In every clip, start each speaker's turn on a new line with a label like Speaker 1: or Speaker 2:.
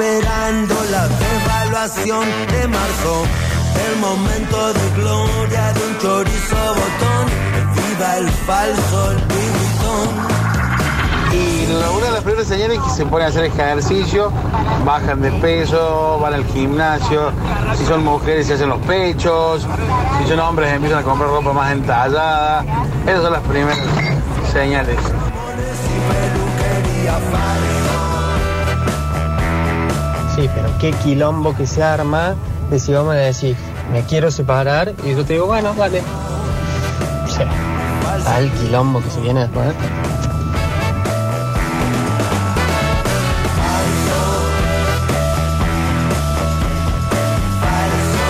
Speaker 1: llegando la devaluación de marzo. El momento de gloria de un chorizo botón. Viva el falso, el bigotón.
Speaker 2: Y la- una de las primeras señales es que se ponen a hacer ejercicio, bajan de peso, van al gimnasio, si son mujeres se hacen los pechos, si son hombres empiezan a comprar ropa más entallada. Esas son las primeras señales.
Speaker 3: Sí, pero qué quilombo que se arma de si vamos a decir, me quiero separar, y yo te digo, bueno, vale. O sea, tal quilombo que se viene después.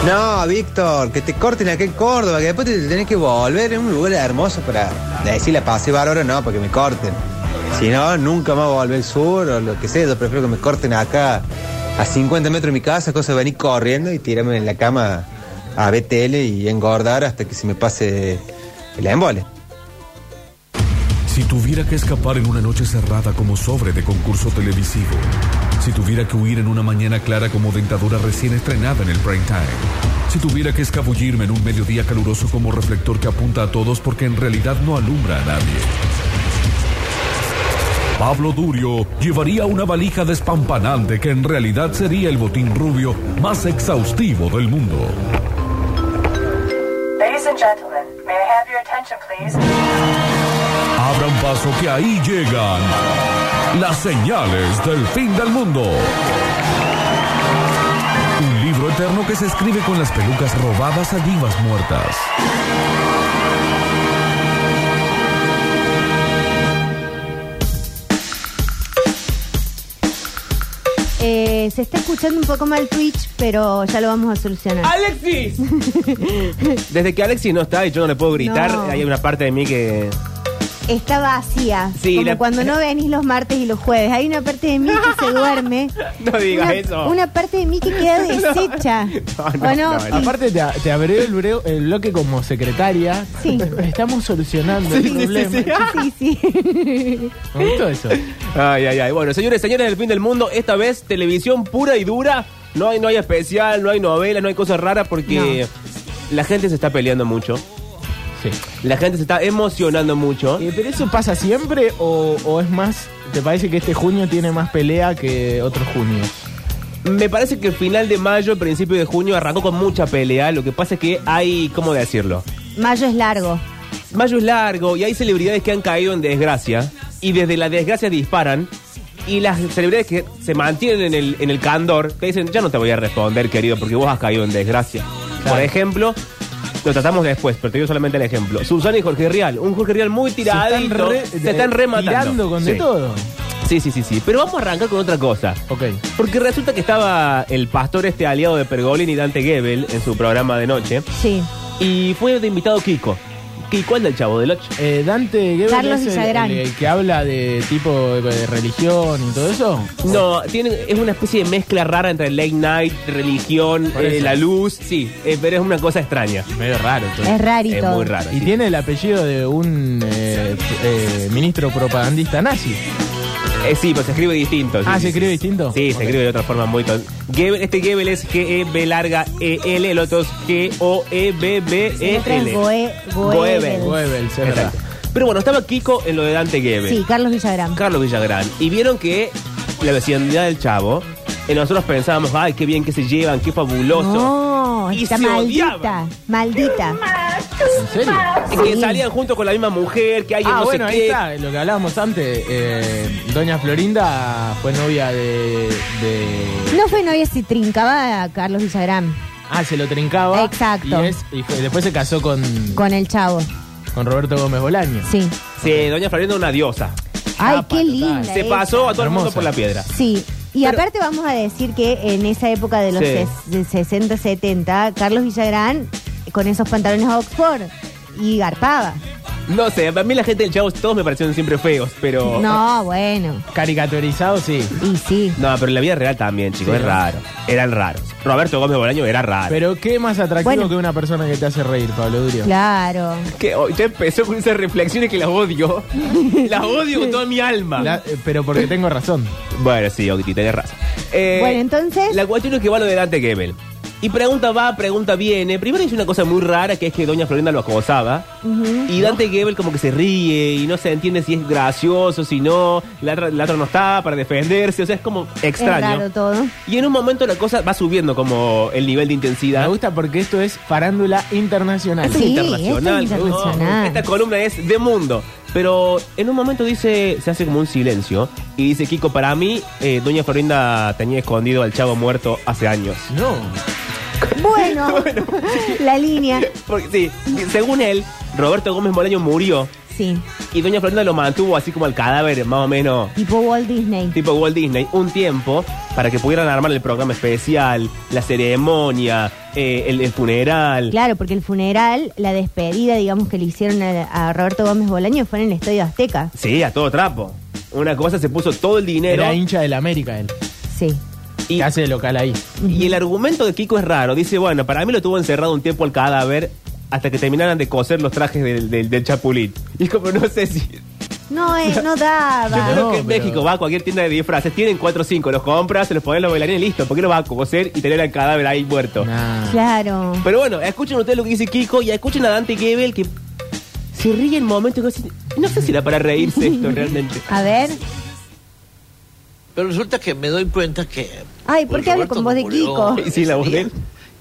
Speaker 4: No, Víctor, que te corten acá en Córdoba, que después te tenés que volver. Es un lugar hermoso para decir la pasé bárbaro, no, porque me corten. Si no, nunca más volver al sur o lo que sea. Yo prefiero que me corten acá a 50 metros de mi casa, cosa de venir corriendo y tirarme en la cama a BTL y engordar hasta que se me pase el embole.
Speaker 5: Si tuviera que escapar en una noche cerrada como sobre de concurso televisivo. Si tuviera que huir en una mañana clara como dentadura recién estrenada en el prime time. Si tuviera que escabullirme en un mediodía caluroso como reflector que apunta a todos porque en realidad no alumbra a nadie. Pablo Durio llevaría una valija despampanante que en realidad sería el botín rubio más exhaustivo del mundo.
Speaker 6: Ladies and gentlemen, may I have your attention, please?
Speaker 5: Abran paso que ahí llegan las señales del fin del mundo. Un libro eterno que se escribe con las pelucas robadas a divas muertas.
Speaker 7: Eh, se está escuchando un poco mal Twitch, pero ya lo vamos a solucionar.
Speaker 8: ¡Alexis! Desde que Alexis no está y yo no le puedo gritar,
Speaker 7: No.
Speaker 8: hay una parte de mí que.
Speaker 7: Está vacía.
Speaker 8: Sí,
Speaker 7: como
Speaker 8: la-
Speaker 7: cuando no venís los martes y los jueves. Hay una parte de mí que se duerme.
Speaker 8: No digas
Speaker 7: Una-
Speaker 8: eso.
Speaker 7: Una parte de mí que queda deshecha.
Speaker 8: No, no,
Speaker 7: ¿O no?
Speaker 8: no,
Speaker 7: Sí.
Speaker 8: no.
Speaker 9: Aparte te, te abrevio el, breo- el bloque como secretaria.
Speaker 7: Sí.
Speaker 9: Estamos solucionando el problema.
Speaker 7: Sí, sí.
Speaker 9: Me gustó eso.
Speaker 8: Ay, ay, ay. Bueno, señores, señores del fin del mundo, esta vez televisión pura y dura. No hay, no hay especial, no hay novela, no hay cosas raras porque la gente se está peleando mucho.
Speaker 9: Sí.
Speaker 8: La gente se está emocionando mucho.
Speaker 9: Eh, ¿Pero eso pasa siempre o, o es más? ¿Te parece que este junio tiene más pelea que otros junios?
Speaker 8: Me parece que el final de mayo, principio de junio, arrancó con mucha pelea. Lo que pasa es que hay, ¿cómo decirlo?
Speaker 7: Mayo es largo.
Speaker 8: Mayo es largo y hay celebridades que han caído en desgracia. Y desde la desgracia disparan. Y las celebridades que se mantienen en el, en el candor, te dicen, ya no te voy a responder, querido, porque vos has caído en desgracia. Por ejemplo, lo tratamos después, pero te digo solamente el ejemplo. Susana y Jorge Rial. Un Jorge Rial muy tiradito. Se están,
Speaker 9: eh,
Speaker 8: rematando.
Speaker 9: tirando con de
Speaker 8: Sí.
Speaker 9: todo.
Speaker 8: Sí, sí, sí, sí. Pero vamos a arrancar con otra cosa.
Speaker 9: Ok.
Speaker 8: Porque resulta que estaba el pastor este aliado de Pergolini y Dante Gebel en su programa de noche.
Speaker 7: Sí.
Speaker 8: Y fue de invitado Kiko. Kiko, el del Chavo del Ocho.
Speaker 9: Eh, Dante Gebel
Speaker 7: Carlos
Speaker 9: es el-
Speaker 7: Villagrán.
Speaker 9: el, el que habla de tipo de, de religión y todo eso.
Speaker 8: No, tiene, es una especie de mezcla rara entre late night, religión,
Speaker 9: Por
Speaker 8: eh,
Speaker 9: eso.
Speaker 8: la luz, sí, eh, pero es una cosa extraña.
Speaker 9: Medio raro. todo.
Speaker 7: Es rarito.
Speaker 8: Es muy raro.
Speaker 9: Y
Speaker 8: sí.
Speaker 9: tiene el apellido de un eh, eh, ministro propagandista nazi.
Speaker 8: Eh, sí, pero se escribe distinto. sí,
Speaker 9: Ah,
Speaker 8: sí,
Speaker 9: ¿se
Speaker 8: sí,
Speaker 9: escribe
Speaker 8: sí.
Speaker 9: distinto?
Speaker 8: Sí, se
Speaker 9: Ok.
Speaker 8: escribe de otra forma muy... ton- Gebel- este Gebel es G-E-B larga E-L, el otro es
Speaker 7: El otro es
Speaker 8: G-O-E-B-B-E-L.
Speaker 7: Goe- Goebel.
Speaker 8: Goebel.
Speaker 9: Goebel, es verdad.
Speaker 8: Exacto. Pero bueno, estaba Kiko en lo de Dante Gebel.
Speaker 7: Sí, Carlos Villagrán.
Speaker 8: Carlos Villagrán. Y vieron que la vecindad del Chavo, eh, nosotros pensábamos, ay, qué bien que se llevan, qué fabuloso.
Speaker 7: No,
Speaker 8: y
Speaker 7: está
Speaker 8: se
Speaker 7: maldita.
Speaker 8: odiaban.
Speaker 7: Maldita.
Speaker 9: ¿En serio?
Speaker 8: Y Que
Speaker 7: Sí.
Speaker 8: salían juntos con la misma mujer, que alguien
Speaker 9: Ah,
Speaker 8: no
Speaker 9: bueno,
Speaker 8: sé
Speaker 9: ahí
Speaker 8: qué.
Speaker 9: está, lo que hablábamos antes. eh, Doña Florinda fue novia de, de-
Speaker 7: No fue novia si trincaba a Carlos Villagrán
Speaker 9: Ah, se lo trincaba.
Speaker 7: Exacto.
Speaker 9: Y, es- y fue- después se casó con, con,
Speaker 7: con el chavo.
Speaker 9: Roberto Gómez Bolaño.
Speaker 7: Sí.
Speaker 8: Sí, Doña Florinda una diosa.
Speaker 7: Ay,
Speaker 9: Chapa,
Speaker 7: qué
Speaker 9: total.
Speaker 7: linda.
Speaker 8: Se
Speaker 7: esa.
Speaker 8: pasó a todo el mundo
Speaker 9: Hermosa.
Speaker 8: por la piedra.
Speaker 7: Sí, y
Speaker 8: Pero-
Speaker 7: aparte vamos a decir que en esa época de los
Speaker 8: Sí.
Speaker 7: ses- de 60, eh, 70, Carlos Villagrán con esos pantalones Oxford y garpaba.
Speaker 8: No sé, a mí la gente del Chavo todos me parecieron siempre feos, pero.
Speaker 7: No, bueno.
Speaker 9: Caricaturizado, sí.
Speaker 7: Y sí.
Speaker 8: No, pero en la vida real también, chicos,
Speaker 9: Sí.
Speaker 8: es raro. Eran raros. Roberto Gómez Bolaño era raro.
Speaker 9: Pero qué más atractivo
Speaker 7: Bueno.
Speaker 9: que una persona que te hace reír, Pablo Durio.
Speaker 7: Claro.
Speaker 8: que hoy ya empezó con esas reflexiones que las odio. las odio con toda mi alma.
Speaker 9: La- eh, pero porque tengo razón.
Speaker 8: Bueno, sí, Octi, tenés razón. Eh,
Speaker 7: Bueno, entonces-
Speaker 8: La cuestión es que va lo delante Gebel. Y pregunta va, pregunta viene. Primero dice una cosa muy rara que es que Doña Florinda lo acosaba. Y Dante Gebel como que se ríe y no se entiende si es gracioso, si no. La otra, la otra no está para defenderse. O sea, es como
Speaker 7: Es
Speaker 8: extraño.
Speaker 7: raro todo.
Speaker 8: Y en un momento la cosa va subiendo como el nivel de intensidad.
Speaker 9: Me gusta porque esto es farándula internacional.
Speaker 7: Sí, esto es
Speaker 8: ¿no?
Speaker 7: internacional.
Speaker 8: Esta columna es de mundo. Pero en un momento dice, se hace como un silencio y dice, Kiko, para mí, eh, Doña Florinda tenía escondido al chavo muerto hace años.
Speaker 9: No.
Speaker 7: Bueno, la línea.
Speaker 8: Porque, sí, según él, Roberto Gómez Moleño murió
Speaker 7: Sí,
Speaker 8: y Doña Florinda lo mantuvo así como al cadáver, más o menos,
Speaker 7: tipo Walt Disney.
Speaker 8: tipo Walt Disney, un tiempo para que pudieran armar el programa especial, la ceremonia, eh, el, el funeral.
Speaker 7: Claro, porque el funeral, la despedida, digamos, que le hicieron a, a Roberto Gómez Bolaño fue en el Estadio Azteca.
Speaker 8: Sí, a todo trapo. Una cosa se puso todo el dinero.
Speaker 9: Era hincha del América él.
Speaker 7: Sí.
Speaker 8: Y-
Speaker 9: Que hace de local ahí.
Speaker 8: Y el argumento de Kiko es raro. Dice, bueno, para mí lo tuvo encerrado un tiempo al cadáver hasta que terminaran de coser los trajes del, del, del chapulín. Y es como, no sé si...
Speaker 7: No, eh, no
Speaker 8: Yo
Speaker 7: daba.
Speaker 8: creo que en
Speaker 9: pero-
Speaker 8: México va a cualquier tienda de disfraces, tienen 4 o 5, los compras, se los pones los bailarines, listo. ¿Por qué no vas a coser y tener al cadáver ahí muerto?
Speaker 9: Nah.
Speaker 7: Claro.
Speaker 8: Pero bueno, escuchen ustedes lo que dice Kiko y escuchen a Dante Gebel que se ríe en momentos que dicen, no sé si era para reírse esto realmente.
Speaker 7: A ver.
Speaker 1: Pero resulta que me doy cuenta que.
Speaker 7: Ay, ¿por
Speaker 1: pues,
Speaker 7: qué hablo
Speaker 1: Roberto
Speaker 7: con voz de
Speaker 1: murió
Speaker 7: Kiko?
Speaker 1: ese
Speaker 8: Sí, la voz de
Speaker 1: día.
Speaker 8: él.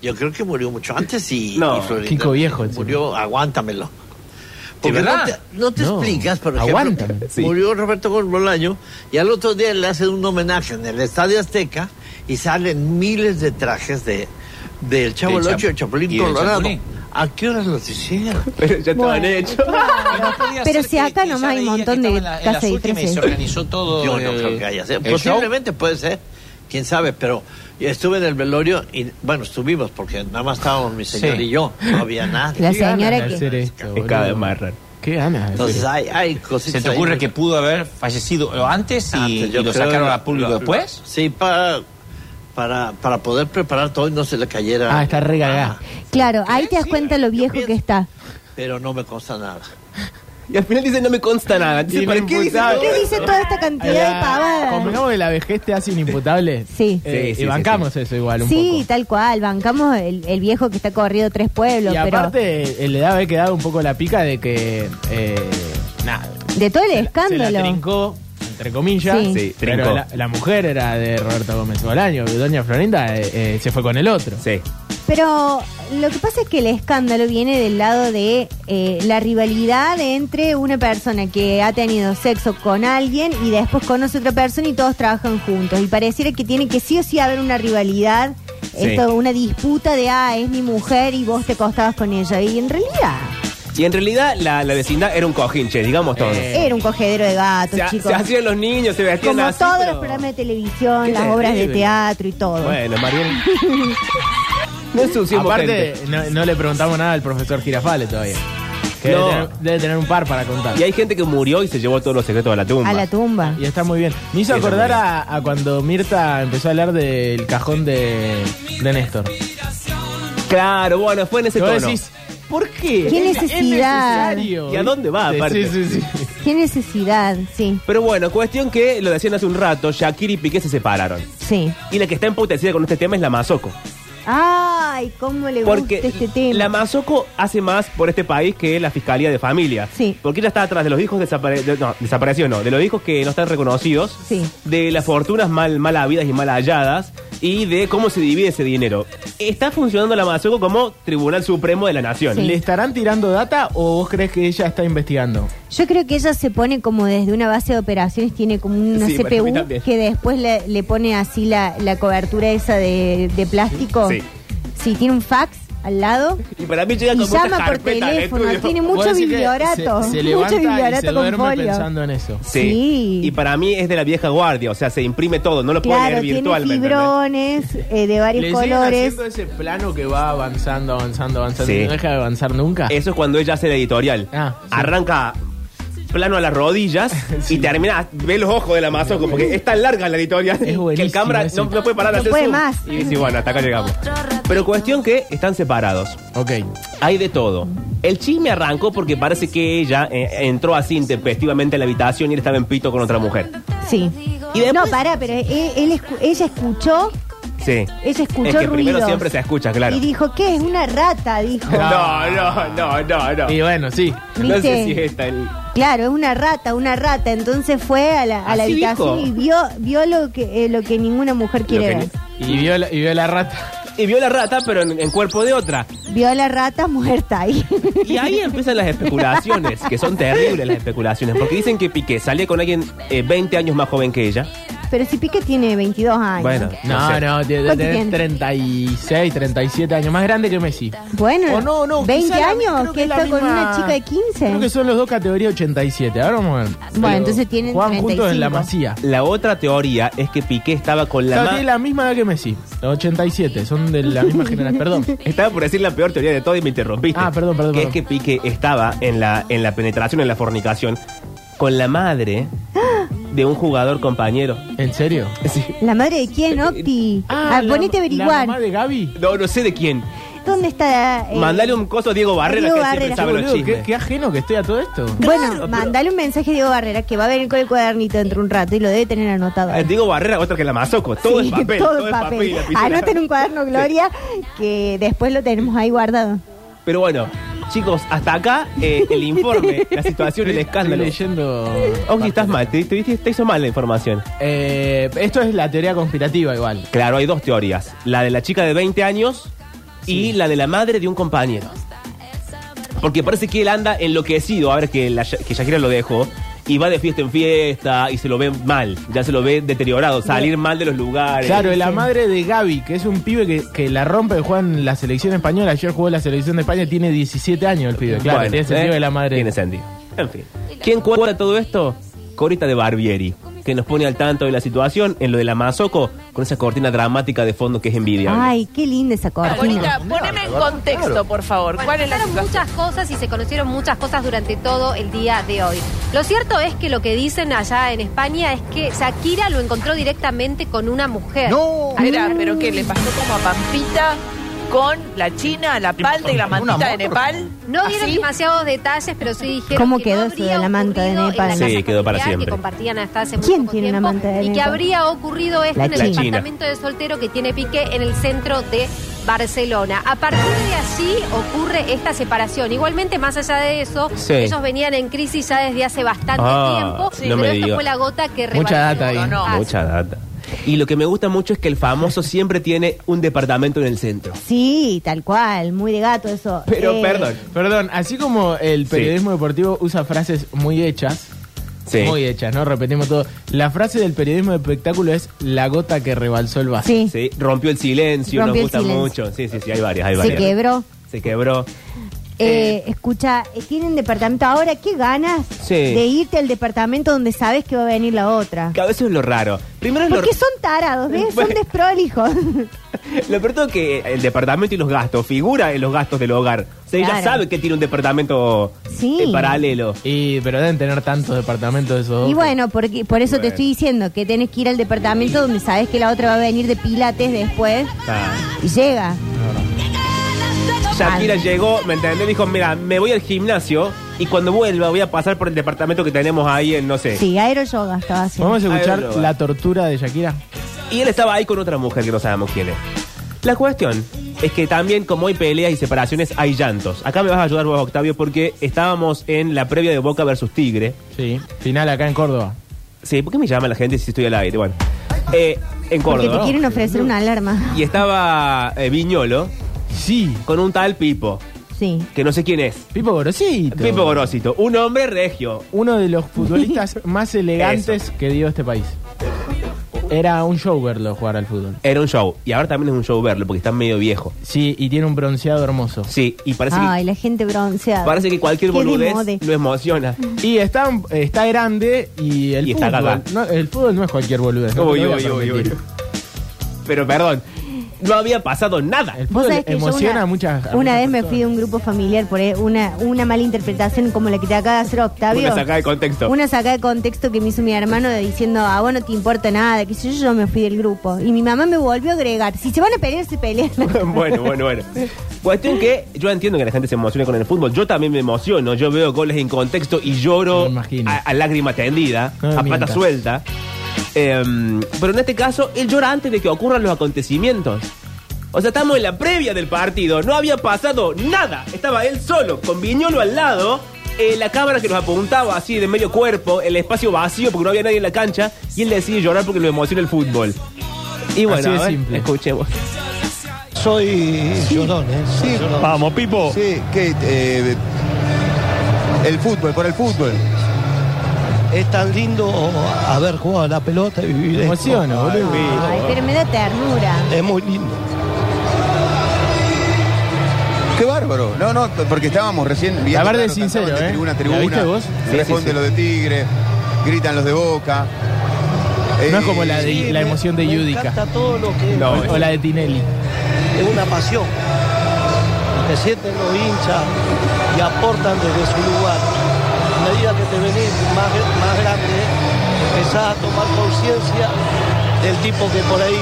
Speaker 1: Yo creo que murió mucho antes y.
Speaker 8: No,
Speaker 1: y Florinda
Speaker 9: Kiko viejo, encima.
Speaker 1: Murió, aguántamelo. Porque no
Speaker 9: verdad?
Speaker 1: te, no te
Speaker 9: No,
Speaker 1: explicas, por ejemplo.
Speaker 9: aguántame.
Speaker 1: que
Speaker 8: Sí.
Speaker 1: Murió Roberto Gorbolaño y al otro día le hacen un homenaje en el Estadio Azteca y salen miles de trajes de del Chavo
Speaker 10: Del
Speaker 1: del Ocho
Speaker 10: Chapo-
Speaker 1: y el Chapulín
Speaker 10: y del
Speaker 1: Colorado.
Speaker 10: Chapulín.
Speaker 1: ¿A qué horas los hicieron?
Speaker 8: Pero ya estaban
Speaker 7: Bueno,
Speaker 8: hecho.
Speaker 7: claro. Pero si acá nomás hay un montón de casas de
Speaker 10: Se
Speaker 7: disfraces.
Speaker 10: organizó todo.
Speaker 1: Yo no
Speaker 10: el-
Speaker 1: creo que haya sido.
Speaker 10: el show.
Speaker 1: Posiblemente puede ser, quién sabe, pero estuve en el velorio y, bueno, estuvimos porque nada más estábamos mi señor
Speaker 10: Sí.
Speaker 1: y yo, no había nadie.
Speaker 7: La
Speaker 9: Qué ganas
Speaker 7: señora
Speaker 9: de
Speaker 7: que-
Speaker 9: hacer esto,
Speaker 8: Es cada vez
Speaker 9: boludo.
Speaker 8: más raro.
Speaker 9: Qué ganas. de
Speaker 1: Entonces
Speaker 9: hacer
Speaker 1: hay, hay
Speaker 10: ¿Se
Speaker 1: cositas.
Speaker 10: te ocurre
Speaker 1: ahí.
Speaker 10: que pudo haber fallecido antes y,
Speaker 1: Antes,
Speaker 10: y
Speaker 1: yo
Speaker 10: lo
Speaker 1: creo
Speaker 10: sacaron
Speaker 1: que-
Speaker 10: al público
Speaker 1: lo-
Speaker 10: después?
Speaker 1: Sí, para, para, para poder preparar todo y no se le cayera.
Speaker 9: Ah, está re cagada.
Speaker 7: Claro, ahí te das cuenta lo viejo que está.
Speaker 1: Pero no me consta nada.
Speaker 8: Y al final dice, no me consta nada. Dice,
Speaker 9: Y
Speaker 8: ¿para
Speaker 9: no
Speaker 8: qué dice?
Speaker 9: imputable.
Speaker 7: ¿Qué dice toda esta
Speaker 9: Ay,
Speaker 7: cantidad
Speaker 9: la-
Speaker 7: de pavadas?
Speaker 9: Convengamos que la vejez te hace inimputable.
Speaker 7: Sí.
Speaker 9: Eh,
Speaker 8: Sí, sí,
Speaker 9: y
Speaker 8: sí,
Speaker 9: bancamos eso igual un
Speaker 7: Sí,
Speaker 9: poco.
Speaker 7: tal cual. Bancamos el, el viejo que está corrido tres pueblos,
Speaker 9: Y
Speaker 7: pero
Speaker 9: aparte, eh, le debe haber quedado un poco la pica de que. Eh, nada.
Speaker 7: de todo el
Speaker 9: Se
Speaker 7: escándalo.
Speaker 9: la trincó, entre comillas.
Speaker 7: Sí.
Speaker 8: Sí, trincó.
Speaker 9: Pero la, la mujer era de Roberto Gómez Bolaño. Doña Florinda eh, eh, se fue con el otro.
Speaker 8: Sí.
Speaker 7: Pero lo que pasa es que el escándalo viene del lado de eh, la rivalidad entre una persona que ha tenido sexo con alguien y después conoce otra persona y todos trabajan juntos. Y pareciera que tiene que sí o sí haber una rivalidad,
Speaker 8: Sí.
Speaker 7: esto, una disputa de, ah, es mi mujer y vos te costabas con ella. Y en realidad
Speaker 8: Y en realidad la, la vecindad era un cojín, che, digamos todo.
Speaker 9: Eh,
Speaker 7: era un cogedero de gatos,
Speaker 8: se, ha-
Speaker 7: chicos.
Speaker 8: se hacían los niños, se vestían
Speaker 7: Como
Speaker 8: así,
Speaker 7: todos
Speaker 8: pero-
Speaker 7: los programas de televisión,
Speaker 8: Qué
Speaker 7: las obras de
Speaker 8: terrible.
Speaker 7: teatro y todo.
Speaker 8: Bueno, Mariel. no ensuciemos
Speaker 9: Aparte,
Speaker 8: gente.
Speaker 9: no, no le preguntamos nada al profesor Girafale todavía. Que
Speaker 8: No.
Speaker 9: debe, tener, debe tener un par para contar.
Speaker 8: Y hay gente que murió y se llevó todos los secretos a la tumba.
Speaker 7: a la tumba.
Speaker 9: Y está muy bien. Me hizo
Speaker 8: Sí, está
Speaker 9: acordar
Speaker 8: muy
Speaker 9: a, a cuando Mirta empezó a hablar del cajón de, de Néstor.
Speaker 8: Claro, bueno, fue en ese
Speaker 9: Y vos
Speaker 8: tono.
Speaker 9: decís, ¿por qué?
Speaker 7: ¿Qué
Speaker 9: Es- es
Speaker 7: necesidad?
Speaker 9: necesario".
Speaker 8: ¿Y a dónde va,
Speaker 9: Sí,
Speaker 8: aparte?
Speaker 9: Sí, sí, sí.
Speaker 7: Qué necesidad, sí,
Speaker 8: Pero bueno, cuestión que lo decían hace un rato, Shakira y Piqué se separaron.
Speaker 7: sí.
Speaker 8: Y la que está emputecida con este tema es la Mazoco.
Speaker 7: Ay, cómo le
Speaker 8: Porque
Speaker 7: gusta este tema.
Speaker 8: la Mazoco hace más por este país que la Fiscalía de Familia.
Speaker 7: Sí.
Speaker 8: Porque ella está atrás de los hijos desapare de- no, desaparecidos, no, de los hijos que no están reconocidos,
Speaker 7: Sí.
Speaker 8: de las fortunas mal, mal habidas y mal halladas y de cómo se divide ese dinero. Está funcionando la Mazoco como Tribunal Supremo de la Nación.
Speaker 7: Sí.
Speaker 9: ¿Le estarán tirando data o vos crees que ella está investigando?
Speaker 7: Yo creo que ella se pone como desde una base de operaciones, tiene como una
Speaker 8: Sí, para mí
Speaker 7: CPU
Speaker 8: también.
Speaker 7: que después le, le pone así la, la cobertura esa de, de plástico.
Speaker 8: Sí.
Speaker 7: Sí, tiene un fax al lado
Speaker 8: Y para mí llega
Speaker 7: y
Speaker 8: como una
Speaker 7: llama por
Speaker 8: carpeta al
Speaker 7: teléfono.
Speaker 8: estudio.
Speaker 7: Tiene
Speaker 9: Vos
Speaker 7: mucho
Speaker 9: decís que
Speaker 7: bibliorato.
Speaker 9: Se, se
Speaker 7: mucho
Speaker 9: levanta y
Speaker 7: bibliorato
Speaker 9: se
Speaker 7: con
Speaker 9: duerme
Speaker 7: folio.
Speaker 9: pensando en eso.
Speaker 8: Sí.
Speaker 7: Sí.
Speaker 8: Y para mí es de la vieja guardia, o sea, se imprime todo, no lo puedo
Speaker 7: Claro,
Speaker 8: leer
Speaker 7: tiene
Speaker 8: virtualmente.
Speaker 7: fibrones eh, de
Speaker 9: Le
Speaker 7: varios
Speaker 9: siguen
Speaker 7: colores.
Speaker 9: haciendo ese plano que va avanzando, avanzando, avanzando.
Speaker 8: Sí.
Speaker 9: y No deja de avanzar nunca.
Speaker 8: Eso es cuando ella hace la editorial.
Speaker 9: Ah, sí.
Speaker 8: Arranca plano a las rodillas
Speaker 9: Sí.
Speaker 8: y termina, ve los ojos de la Mazoco, porque es tan larga la editorial que el
Speaker 9: buenísimo
Speaker 8: cámara
Speaker 9: ese.
Speaker 8: no, no puede parar de
Speaker 7: No
Speaker 8: hacer
Speaker 7: puede
Speaker 8: zoom.
Speaker 7: más.
Speaker 8: Y dice, bueno, hasta acá llegamos. Pero cuestión que están separados.
Speaker 9: Ok.
Speaker 8: Hay de todo. El chisme arrancó porque parece que ella eh, entró así intempestivamente a la habitación y él estaba en pito con otra mujer.
Speaker 7: Sí.
Speaker 8: Y después-
Speaker 7: No, pará, pero él- él escu- ella escuchó
Speaker 8: Sí.
Speaker 7: Ella escuchó
Speaker 8: Es que primero
Speaker 7: ruidos.
Speaker 8: siempre se escucha, claro.
Speaker 7: y dijo, ¿qué? Es una rata, dijo.
Speaker 8: No, no,
Speaker 9: Ah.
Speaker 8: no, no, no.
Speaker 9: Y bueno, sí.
Speaker 8: No sé
Speaker 7: ¿Viste?
Speaker 8: si está el.
Speaker 7: Claro, es una rata, una rata. Entonces fue a la, a la
Speaker 8: Así
Speaker 7: habitación
Speaker 8: dijo.
Speaker 7: y vio, vio lo, que, eh, lo que ninguna mujer quiere
Speaker 8: que
Speaker 7: ver.
Speaker 9: Y vio la, y vio la rata.
Speaker 8: Y vio la rata, pero en, en cuerpo de otra.
Speaker 7: Vio a la rata muerta ahí.
Speaker 8: Y ahí empiezan las especulaciones, que son terribles las especulaciones, porque dicen que Piqué salía con alguien eh, 20 años más joven que ella.
Speaker 7: Pero si Pique tiene 22 años.
Speaker 8: Bueno,
Speaker 9: No,
Speaker 8: sé.
Speaker 9: no, tiene
Speaker 7: ¿Cuánto
Speaker 9: tiene
Speaker 7: tiene?
Speaker 9: 36, 37 años. Más grande que Messi.
Speaker 7: Bueno,
Speaker 9: O no, no,
Speaker 7: 20
Speaker 9: quizá la-
Speaker 7: años
Speaker 9: creo
Speaker 7: que
Speaker 9: es la
Speaker 7: está con
Speaker 9: misma-
Speaker 7: una chica de
Speaker 9: Creo que
Speaker 7: 15.
Speaker 9: son los dos categoría 87. Ahora vamos a ver.
Speaker 7: Bueno, entonces tienen
Speaker 9: Juegan juntos en la
Speaker 7: 35.
Speaker 9: masía.
Speaker 8: La otra teoría es que Piqué estaba con la.
Speaker 9: Claro,
Speaker 8: ma-
Speaker 9: tiene la misma edad que Messi. Los 87. Son de la misma generación. Perdón.
Speaker 8: Estaba por decir la peor teoría de todo y me interrumpiste.
Speaker 9: Ah, perdón, perdón,
Speaker 8: Que
Speaker 9: perdón.
Speaker 8: es que Piqué estaba en la, en la penetración, en la fornicación, con la madre de un jugador compañero.
Speaker 9: ¿En serio?
Speaker 7: ¿La madre de
Speaker 8: Eh,
Speaker 7: quién, Octi? Ah,
Speaker 9: la-
Speaker 7: ponete a
Speaker 9: La
Speaker 7: averiguar.
Speaker 9: mamá de Gaby.
Speaker 8: No, no sé de quién.
Speaker 7: ¿Dónde está? eh,
Speaker 8: Mandale un coso a Diego Barrera
Speaker 7: Diego
Speaker 8: que él siempre
Speaker 7: Barrera.
Speaker 8: sabe los
Speaker 9: Boludo, qué,
Speaker 8: chismes.
Speaker 9: qué ajeno que estoy a todo esto.
Speaker 7: Bueno, mandale un mensaje a Diego Barrera que va a venir con el cuadernito dentro de un rato y lo debe tener anotado.
Speaker 8: Ah, Diego Barrera, otro que la mazoco. Todo
Speaker 7: Sí,
Speaker 8: es papel, todo, es papel. lapicera.
Speaker 7: Anoten un cuaderno, Gloria, que después lo tenemos ahí guardado.
Speaker 8: Pero bueno, chicos, hasta acá eh, el informe, la situación, el escándalo.
Speaker 9: Estoy leyendo.
Speaker 8: Oki, estás mal, te, te, viste- te hizo mal la información.
Speaker 9: Eh, esto es la teoría conspirativa, igual.
Speaker 8: Claro, hay dos teorías. La de la chica de 20 años y la de la madre de un compañero. Porque parece que él anda enloquecido, ahora que, la, que Shakira lo dejó, y va de fiesta en fiesta y se lo ve mal, ya se lo ve deteriorado, salir mal de los lugares.
Speaker 9: Claro, la madre de Gaby, que es un pibe que, que la rompe, juega en la selección española. Ayer jugó en la selección de España, tiene 17 años el pibe. Claro,
Speaker 8: Bueno,
Speaker 9: tiene sentido
Speaker 8: ¿eh?
Speaker 9: de la madre.
Speaker 8: Tiene sentido. En fin. ¿Quién cuadra todo esto? Corita de Barbieri, que nos pone al tanto de la situación en lo de la Mazoco, con esa cortina dramática de fondo que es envidiable.
Speaker 7: Ay, qué linda esa cortina.
Speaker 11: poneme en contexto, por favor. ¿Cuál es la muchas cosas y se conocieron muchas cosas durante todo el día de hoy. Lo cierto es que lo que dicen allá en España es que Shakira lo encontró directamente con una mujer. No, pero que le pasó como a Pampita con la China, la palda y la mantita de Nepal. No dieron demasiados detalles, pero sí dijeron
Speaker 7: ¿Cómo
Speaker 11: que
Speaker 7: quedó
Speaker 11: no
Speaker 7: eso de
Speaker 11: habría
Speaker 7: la manta de
Speaker 11: ocurrido en la
Speaker 7: Nepal?
Speaker 11: casa
Speaker 8: Sí, quedó para
Speaker 11: familiar
Speaker 8: siempre.
Speaker 11: Que compartían hasta hace muy
Speaker 7: ¿Quién
Speaker 11: poco
Speaker 7: tiene una
Speaker 11: tiempo
Speaker 7: manta
Speaker 11: y
Speaker 7: de
Speaker 11: que
Speaker 7: Nepal?
Speaker 11: habría ocurrido esto
Speaker 7: La
Speaker 11: en el
Speaker 7: China.
Speaker 11: departamento departamento de soltero que tiene Piqué en el centro de Barcelona. A partir de allí ocurre esta separación. Igualmente, más allá de eso,
Speaker 8: Sí.
Speaker 11: ellos venían en crisis ya desde hace bastante
Speaker 8: Ah,
Speaker 11: tiempo,
Speaker 8: sí.
Speaker 11: pero
Speaker 8: no me
Speaker 11: esto
Speaker 8: diga.
Speaker 11: fue la gota que rebalsó
Speaker 9: Mucha data ahí.
Speaker 11: el vaso.
Speaker 8: Mucha data. Y lo que me gusta mucho es que el famoso siempre tiene un departamento en el centro.
Speaker 7: Sí, tal cual, muy de gato eso.
Speaker 8: Pero
Speaker 7: Eh,
Speaker 8: perdón.
Speaker 9: Perdón, así como el periodismo deportivo usa frases muy hechas,
Speaker 8: Sí.
Speaker 9: muy hechas, ¿no? Repetimos todo. La frase del periodismo de espectáculo es la gota que rebalsó el vaso.
Speaker 7: Sí,
Speaker 8: Sí, rompió el silencio,
Speaker 7: Rompió
Speaker 8: nos
Speaker 7: el
Speaker 8: gusta
Speaker 7: silencio.
Speaker 8: mucho. Sí, sí, sí, hay varias, hay
Speaker 7: se
Speaker 8: varias.
Speaker 7: quebró.
Speaker 8: Se quebró.
Speaker 7: Eh, escucha, eh, tienen departamento ahora, qué ganas
Speaker 8: Sí.
Speaker 7: de irte al departamento donde sabes que va a venir la otra.
Speaker 8: Que a veces es lo raro. Primero es lo,
Speaker 7: Porque son tarados, ¿ves? Son
Speaker 8: Bueno.
Speaker 7: desprolijos.
Speaker 8: Lo peor todo es que el departamento y los gastos figura en los gastos del hogar. O sea, ella
Speaker 7: Claro.
Speaker 8: sabe que tiene un departamento
Speaker 7: Sí.
Speaker 8: eh, paralelo.
Speaker 9: Y, pero deben tener tantos departamentos de esos dos.
Speaker 7: Y bueno, porque, por eso te
Speaker 8: Bueno.
Speaker 7: estoy diciendo que tenés que ir al departamento donde sabes que la otra va a venir de pilates después
Speaker 8: Ah.
Speaker 7: y llega.
Speaker 8: Shakira llegó, ¿me entendés? Dijo, mira, me voy al gimnasio y cuando vuelva voy a pasar por el departamento que tenemos ahí en, no sé.
Speaker 7: Sí, aeroyoga estaba haciendo.
Speaker 9: Vamos a escuchar
Speaker 8: Ay, bueno,
Speaker 9: la
Speaker 8: bueno.
Speaker 9: tortura de Shakira.
Speaker 8: Y él estaba ahí con otra mujer que no sabemos quién es. La cuestión es que también como hay peleas y separaciones hay llantos. Acá me vas a ayudar vos, Octavio, porque estábamos en la previa de Boca versus Tigre.
Speaker 9: Sí. Final acá en Córdoba.
Speaker 8: Sí, ¿por qué me llama la gente si estoy al aire? Bueno, eh, en
Speaker 7: Porque te
Speaker 8: Córdoba.
Speaker 7: quieren ofrecer una alarma.
Speaker 8: Y estaba eh, Viñolo
Speaker 9: Sí.
Speaker 8: con un tal Pipo,
Speaker 7: Sí.
Speaker 8: que no sé quién es.
Speaker 9: Pipo Gorosito.
Speaker 8: Pipo Gorosito, un hombre regio.
Speaker 9: Uno de los futbolistas más elegantes que dio este país. Era un show verlo jugar al fútbol.
Speaker 8: Era un show. Y ahora también es un show verlo porque está medio viejo.
Speaker 9: Sí, y tiene un bronceado hermoso.
Speaker 8: Sí, y parece,
Speaker 7: Ay, la gente bronceada.
Speaker 8: que, parece que cualquier
Speaker 7: Qué de
Speaker 8: boludez
Speaker 7: mode.
Speaker 8: lo emociona.
Speaker 9: Y está, está grande y el
Speaker 8: Y está
Speaker 9: fútbol.
Speaker 8: gaga.
Speaker 9: no, el fútbol no es cualquier boludez. no te
Speaker 8: Uy,
Speaker 9: lo voy
Speaker 8: uy,
Speaker 9: a
Speaker 8: uy,
Speaker 9: permitir.
Speaker 8: uy. Pero perdón, no había pasado nada.
Speaker 9: El
Speaker 7: Vos
Speaker 9: fútbol
Speaker 7: sabés que yo
Speaker 9: emociona
Speaker 7: una,
Speaker 9: a muchas. a
Speaker 7: Una
Speaker 9: muchas
Speaker 7: vez me
Speaker 9: personas.
Speaker 7: fui de un grupo familiar por eh, una, una mala interpretación como la que te acaba de hacer Octavio.
Speaker 8: Una sacada de contexto.
Speaker 7: Una sacada de contexto que me hizo mi hermano de diciendo, ah, vos no te importa nada, que yo, yo me fui del grupo. Y mi mamá me volvió a agregar, si se van a pelear, se pelean.
Speaker 8: bueno, bueno, bueno. Cuestión que yo entiendo que la gente se emociona con el fútbol. Yo también me emociono. Yo veo goles en contexto y lloro
Speaker 9: Me imagino. Ah,
Speaker 8: a, a lágrima tendida,
Speaker 9: No me
Speaker 8: a pata
Speaker 9: mientas.
Speaker 8: suelta. Em, pero en este caso, él llora antes de que ocurran los acontecimientos. O sea, estamos en la previa del partido. No había pasado nada. Estaba él solo, con Viñolo al lado. eh, la cámara que nos apuntaba así de medio cuerpo, el espacio vacío porque no había nadie en la cancha. Y él decide llorar porque lo emociona el fútbol. Y bueno,
Speaker 9: Así de
Speaker 8: a ver,
Speaker 9: simple.
Speaker 8: escuchemos.
Speaker 12: Soy llorón, ¿eh? Vamos, Pipo. Sí, que eh, el fútbol, por el fútbol. Es tan lindo haber jugado a la pelota y vivir esto.
Speaker 9: Emociona, boludo.
Speaker 7: Ay, pero me da ternura.
Speaker 12: Es muy lindo. Qué bárbaro. No, no, porque estábamos recién
Speaker 9: La
Speaker 12: viendo,
Speaker 9: verdad
Speaker 12: claro,
Speaker 9: es sincero,
Speaker 12: cantaban de
Speaker 9: ¿eh?
Speaker 12: tribuna a
Speaker 9: ¿La
Speaker 12: tribuna.
Speaker 9: viste vos? Sí,
Speaker 12: Responde
Speaker 9: sí, sí.
Speaker 12: los de Tigre, gritan los de Boca.
Speaker 9: No es
Speaker 12: Eh,
Speaker 9: como la, de, la emoción de Yudica.
Speaker 13: todo lo que
Speaker 9: O- o la de Tinelli.
Speaker 13: es una pasión. Lo que sienten los hinchas y aportan desde su lugar. A medida que te venís más, más grande, empezás a tomar conciencia del tipo que por ahí.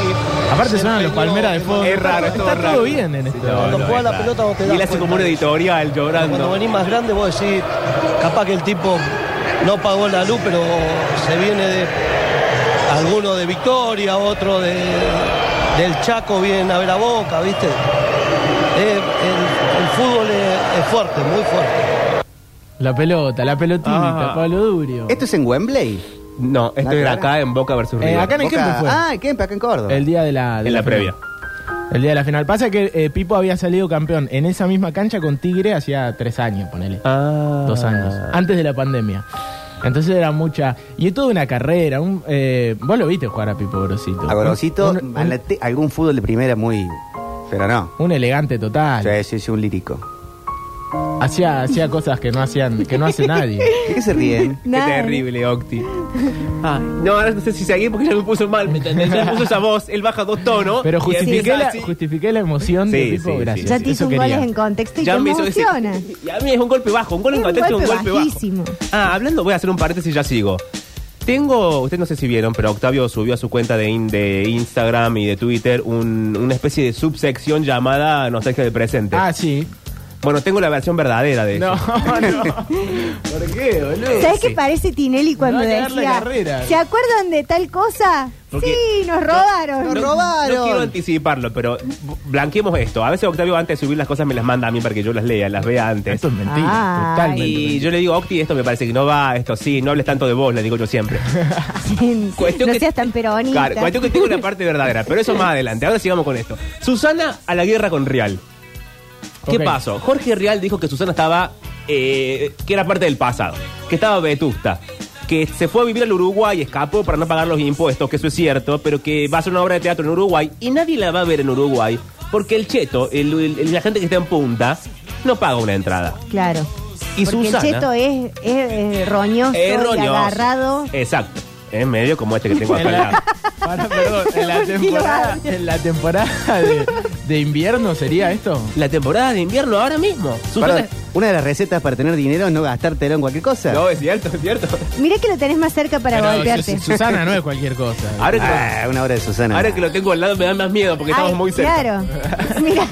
Speaker 9: Aparte
Speaker 13: se
Speaker 9: sonan los
Speaker 13: empeñó
Speaker 9: palmeras de
Speaker 13: en-
Speaker 9: fondo.
Speaker 8: Es raro, es
Speaker 9: está
Speaker 8: todo
Speaker 9: todo
Speaker 8: raro.
Speaker 9: bien en este.
Speaker 13: Cuando juega la
Speaker 8: es
Speaker 13: pelota
Speaker 8: raro.
Speaker 13: vos te
Speaker 8: Y él
Speaker 13: das
Speaker 8: hace como un
Speaker 13: cuenta.
Speaker 8: editorial
Speaker 13: Cuando
Speaker 8: llorando.
Speaker 13: venís más grande vos decís, capaz que el tipo no pagó la luz, pero se viene de alguno de Victoria, otro de, del Chaco, vienen a ver a Boca, ¿viste? Eh, el, el fútbol es, es fuerte, muy fuerte.
Speaker 9: La pelota, la pelotita,
Speaker 8: Ah.
Speaker 9: Pablo Durio.
Speaker 14: ¿Esto es en Wembley?
Speaker 8: No, esto
Speaker 14: La
Speaker 8: era
Speaker 14: cara.
Speaker 8: acá en Boca versus
Speaker 9: Eh,
Speaker 8: River.
Speaker 9: acá en el
Speaker 14: Boca-
Speaker 9: Kempe fue. Eh,
Speaker 14: Ah, en Kempe, acá en Córdoba.
Speaker 9: El día de la. de
Speaker 8: En la previa.
Speaker 9: final. El día de la final. Pasa que eh, Pipo había salido campeón en esa misma cancha con Tigre hacía tres años, ponele.
Speaker 8: Ah.
Speaker 9: Dos años. Antes de la pandemia. Entonces era mucha. Y es toda una carrera. Un, eh, vos lo viste jugar a Pipo Grosito.
Speaker 14: A Gorosito,
Speaker 9: Un, un-
Speaker 14: a la te- algún fútbol de primera muy... Pero no.
Speaker 9: un elegante total.
Speaker 14: Yo sí, sí, un lírico.
Speaker 9: Hacía, hacía cosas que no hacían, que no hace nadie.
Speaker 14: ¿De qué se ríen?
Speaker 8: Qué
Speaker 7: Nada.
Speaker 8: terrible, Octi. Ay, no, ahora no sé si seguir porque ya me puso mal, ¿me entendés? Ya me puso esa voz, él baja dos tonos.
Speaker 9: Pero
Speaker 8: y
Speaker 9: justifiqué,
Speaker 8: empieza
Speaker 9: la,
Speaker 8: así.
Speaker 9: justifiqué la emoción de
Speaker 8: Sí,
Speaker 9: Pipo
Speaker 8: sí, sí,
Speaker 9: Gracias.
Speaker 8: sí.
Speaker 7: Ya te hizo
Speaker 9: Eso
Speaker 7: un
Speaker 9: quería.
Speaker 7: goles en contexto y
Speaker 8: Ya
Speaker 7: te
Speaker 8: me hizo ese-
Speaker 7: emociona.
Speaker 8: Y a mí es un golpe bajo, un gol en
Speaker 7: Es un
Speaker 8: contexto es un
Speaker 7: golpe
Speaker 8: golpe bajo.
Speaker 7: bajísimo.
Speaker 8: Ah, hablando, voy a hacer un paréntesis y ya sigo. Tengo, ustedes no sé si vieron, pero Octavio subió a su cuenta de, in- de Instagram y de Twitter un- una especie de subsección llamada Nostalgia del Presente.
Speaker 9: Ah, sí.
Speaker 8: Bueno, tengo la versión verdadera de
Speaker 9: No,
Speaker 8: eso.
Speaker 9: no. ¿Por qué, boludo?
Speaker 7: ¿Sabes
Speaker 8: Sí.
Speaker 7: qué parece Tinelli cuando
Speaker 9: van a cagar la
Speaker 7: decía?
Speaker 9: carrera.
Speaker 7: ¿Se acuerdan de tal cosa?
Speaker 8: Porque-
Speaker 7: sí, nos robaron.
Speaker 8: No, No quiero anticiparlo, pero b- blanqueemos esto. A veces Octavio antes de subir las cosas me las manda a mí para que yo las lea, las vea antes.
Speaker 9: Esto es mentira.
Speaker 7: Ay.
Speaker 9: Totalmente.
Speaker 8: Y
Speaker 9: mentira.
Speaker 8: yo le digo, Octi, esto me parece que no va, esto sí, no hables tanto de vos, le digo yo siempre.
Speaker 7: Sí,
Speaker 8: Cuestión
Speaker 7: no
Speaker 8: que-
Speaker 7: seas tan peronista.
Speaker 8: Claro, cuestión que tengo la parte verdadera, pero eso más adelante. Ahora sigamos con esto. Susana a la guerra con Real. ¿Qué
Speaker 9: Ok.
Speaker 8: pasó? Jorge Real dijo que Susana estaba. eh, que era parte del pasado, que estaba vetusta, que se fue a vivir al Uruguay, escapó para no pagar los impuestos, que eso es cierto, pero que va a hacer una obra de teatro en Uruguay y nadie la va a ver en Uruguay porque el cheto, el- el- la gente que está en punta, no paga una entrada.
Speaker 7: Claro.
Speaker 8: Y
Speaker 7: Porque
Speaker 8: Susana.
Speaker 7: el cheto es, es, eh, roñoso, y
Speaker 8: Erróneo.
Speaker 7: agarrado.
Speaker 8: Exacto. Es medio como este que tengo acá.
Speaker 9: En
Speaker 8: al
Speaker 9: la,
Speaker 8: lado.
Speaker 9: Pará, perdón, en la temporada, en la temporada de, de invierno sería esto.
Speaker 8: La temporada de invierno ahora mismo. Susana.
Speaker 14: Perdón, una de las recetas para tener dinero es no gastártelo en cualquier cosa.
Speaker 8: No, es cierto, es cierto.
Speaker 7: Mirá que lo tenés más cerca para
Speaker 9: Pero
Speaker 7: golpearte.
Speaker 9: Sus- Susana no es cualquier cosa.
Speaker 8: Ahora que,
Speaker 14: Ah, una hora de Susana.
Speaker 8: ahora que lo tengo al lado me da más miedo porque
Speaker 7: Ay,
Speaker 8: estamos muy cerca.
Speaker 7: Claro. Mira.